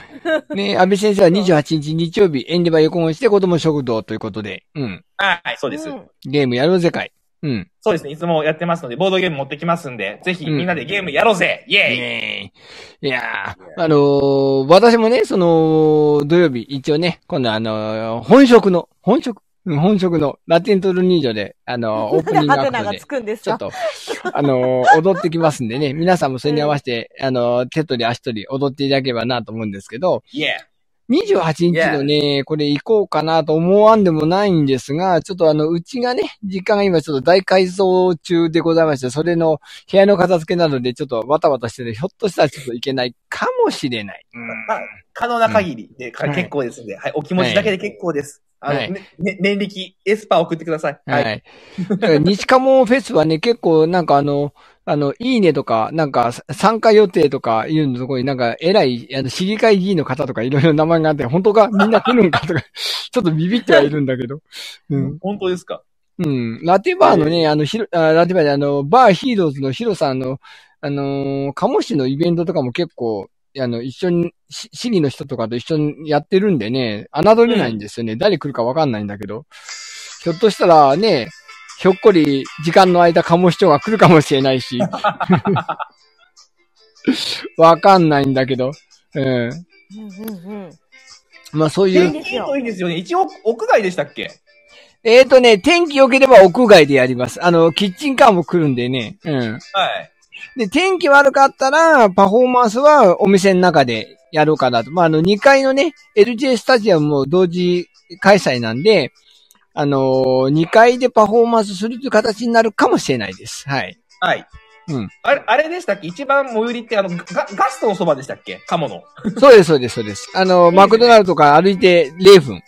A: ね安倍先生は28日日曜日、演技場横行して子供食堂ということで。うん。
C: はい、そうです。
B: ん
A: ゲームやろうぜかい。うん。
C: そうですね。いつもやってますので、ボードゲーム持ってきますんで、ぜひみんなでゲームやろうぜ、イェーイ
A: ねえいやーあのー私もね、その、土曜日、一応ね、今度あのー本職の、本職うん本職のラテントルニージョで、あのー オープニン
B: な
A: グ
B: んで
A: アク
B: ハテナ
A: ト
B: が
A: で
B: つ、くんです
A: ちょ
B: か
A: っと、あのー踊ってきますんでね、皆さんもそれに合わせて、あのー手取り足取り踊っていただければなと思うんですけど、
C: イェーイ
A: 28日のね、これ行こうかなと思わんでもないんですが、ちょっとあの、うちがね、実家が今ちょっと大改装中でございまして、それの部屋の片付けなどでちょっとバタバタしてて、ひょっとしたらちょっといけないかもしれない。
C: まあ、可能な限りで、か
A: はい
C: 結構ですんで、はい、お気持ちだけで結構です。あの、
A: はい
C: ね、ね年力、エスパー送ってください。
A: は
C: はい
A: い。だから西カモフェスはね、結構なんかあの、あの、いいねとか、なんか参加予定とかいうのとこになんか偉い、あの、市議会議員の方とかいろいろ名前があって、本当かみんな来るんかと か、ちょっとビビってはいるんだけど。うん。
C: 本当ですか
A: うん。ラテバーのね、あの、ひろ、あラテバーであの、バーヒーローズのヒロさんの、あのー、鴨市のイベントとかも結構、あの、一緒に、し市議の人とかと一緒にやってるんでね、侮れないんですよね。誰来るかわかんないんだけど。ひょっとしたらね、ひょっこり時間の間鴨市長が来るかもしれない し。わかんないんだけど。うん。
B: うんうんうん。
A: まあそうい
C: 天
A: う。
C: 気いいといいですよね。一応、屋外でしたっけ
A: えっ、とね、天気良ければ屋外でやります。あの、キッチンカーも来るんでね。うん。
C: はい。
A: で、天気悪かったら、パフォーマンスはお店の中でやろうかなと。まあ、あの、2階のね、LJ スタジアムも同時開催なんで、あのー、2階でパフォーマンスするという形になるかもしれないです。はい。
C: はい。
A: うん
C: あれ、あれでしたっけ一番最寄りって、あの、ガガストのそばでしたっけ鴨の。
A: そうです、そうです、そうです。あのー、マクドナルドから歩いて0分。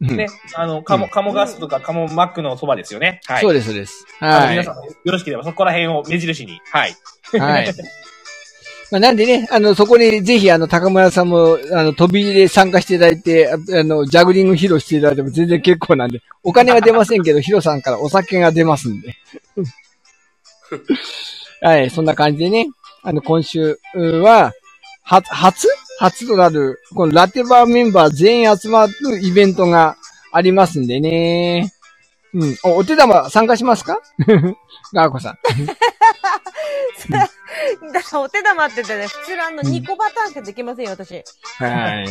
A: うん
C: ね。あの、鴨、
A: うん
C: 鴨ガストとか鴨マックのそばですよね。はい。
A: そうです、そうです。
C: あ
A: は
C: の
A: い。
C: 皆さん、よろしければそこら辺を目印に。はい。
A: はい。 まあ、なんでね、あの、そこにぜひ、あの、高村さんも、あの、飛び入りで参加していただいて、ああの、ジャグリング披露していただいても全然結構なんで、お金は出ませんけ ど、ヒロさんからお酒が出ますんで。 はい、そんな感じでね、あの、今週は、は、初初となる、このラテバーメンバー全員集まるイベントがありますんでね。うん。お、お手玉参加しますか ガーコさん。
B: だからお手玉って言ってね、普通あの2個パターンしかできませんよ、私。
A: はい。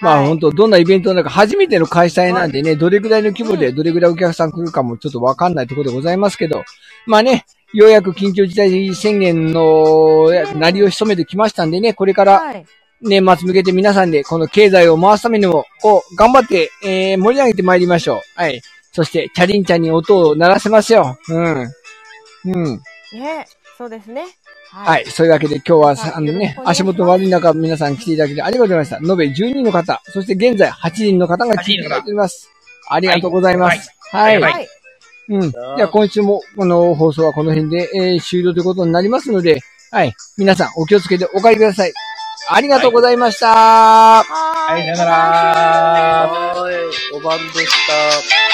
A: まあ
B: はい
A: 本当どんなイベントなのか、初めての開催なんでね、どれぐらいの規模で、どれぐらいお客さん来るかもちょっとわかんないところでございますけど、まあね、ようやく緊急事態宣言のなりを潜めてきましたんでね、これから
B: はい。
A: 年末向けて皆さんでこの経済を回すためにも、こう、頑張って、えー、盛り上げてまいりましょう。はい。そして、チャリンチャに音を鳴らせますよ。うん。うん。
B: ね、そうですね。
A: はい。。そういうわけで今日は
B: はい
A: さ、あの
B: よろし
A: ね
B: くお願い
A: 足
B: し、ます
A: 元悪い中、皆さん来ていただきありがとうございました。延べ12人の方、そして現在8人の方が来ていただいております。ありがとうございます。は。
C: はいい
B: はい。
A: うん。じゃあ今週もこの放送はこの辺で、えー終了ということになりますので、はい。皆さんお気をつけてお帰りください。ありがとうございました。
B: はーい。
C: はい、さよなら。
D: はーい、お晩でした。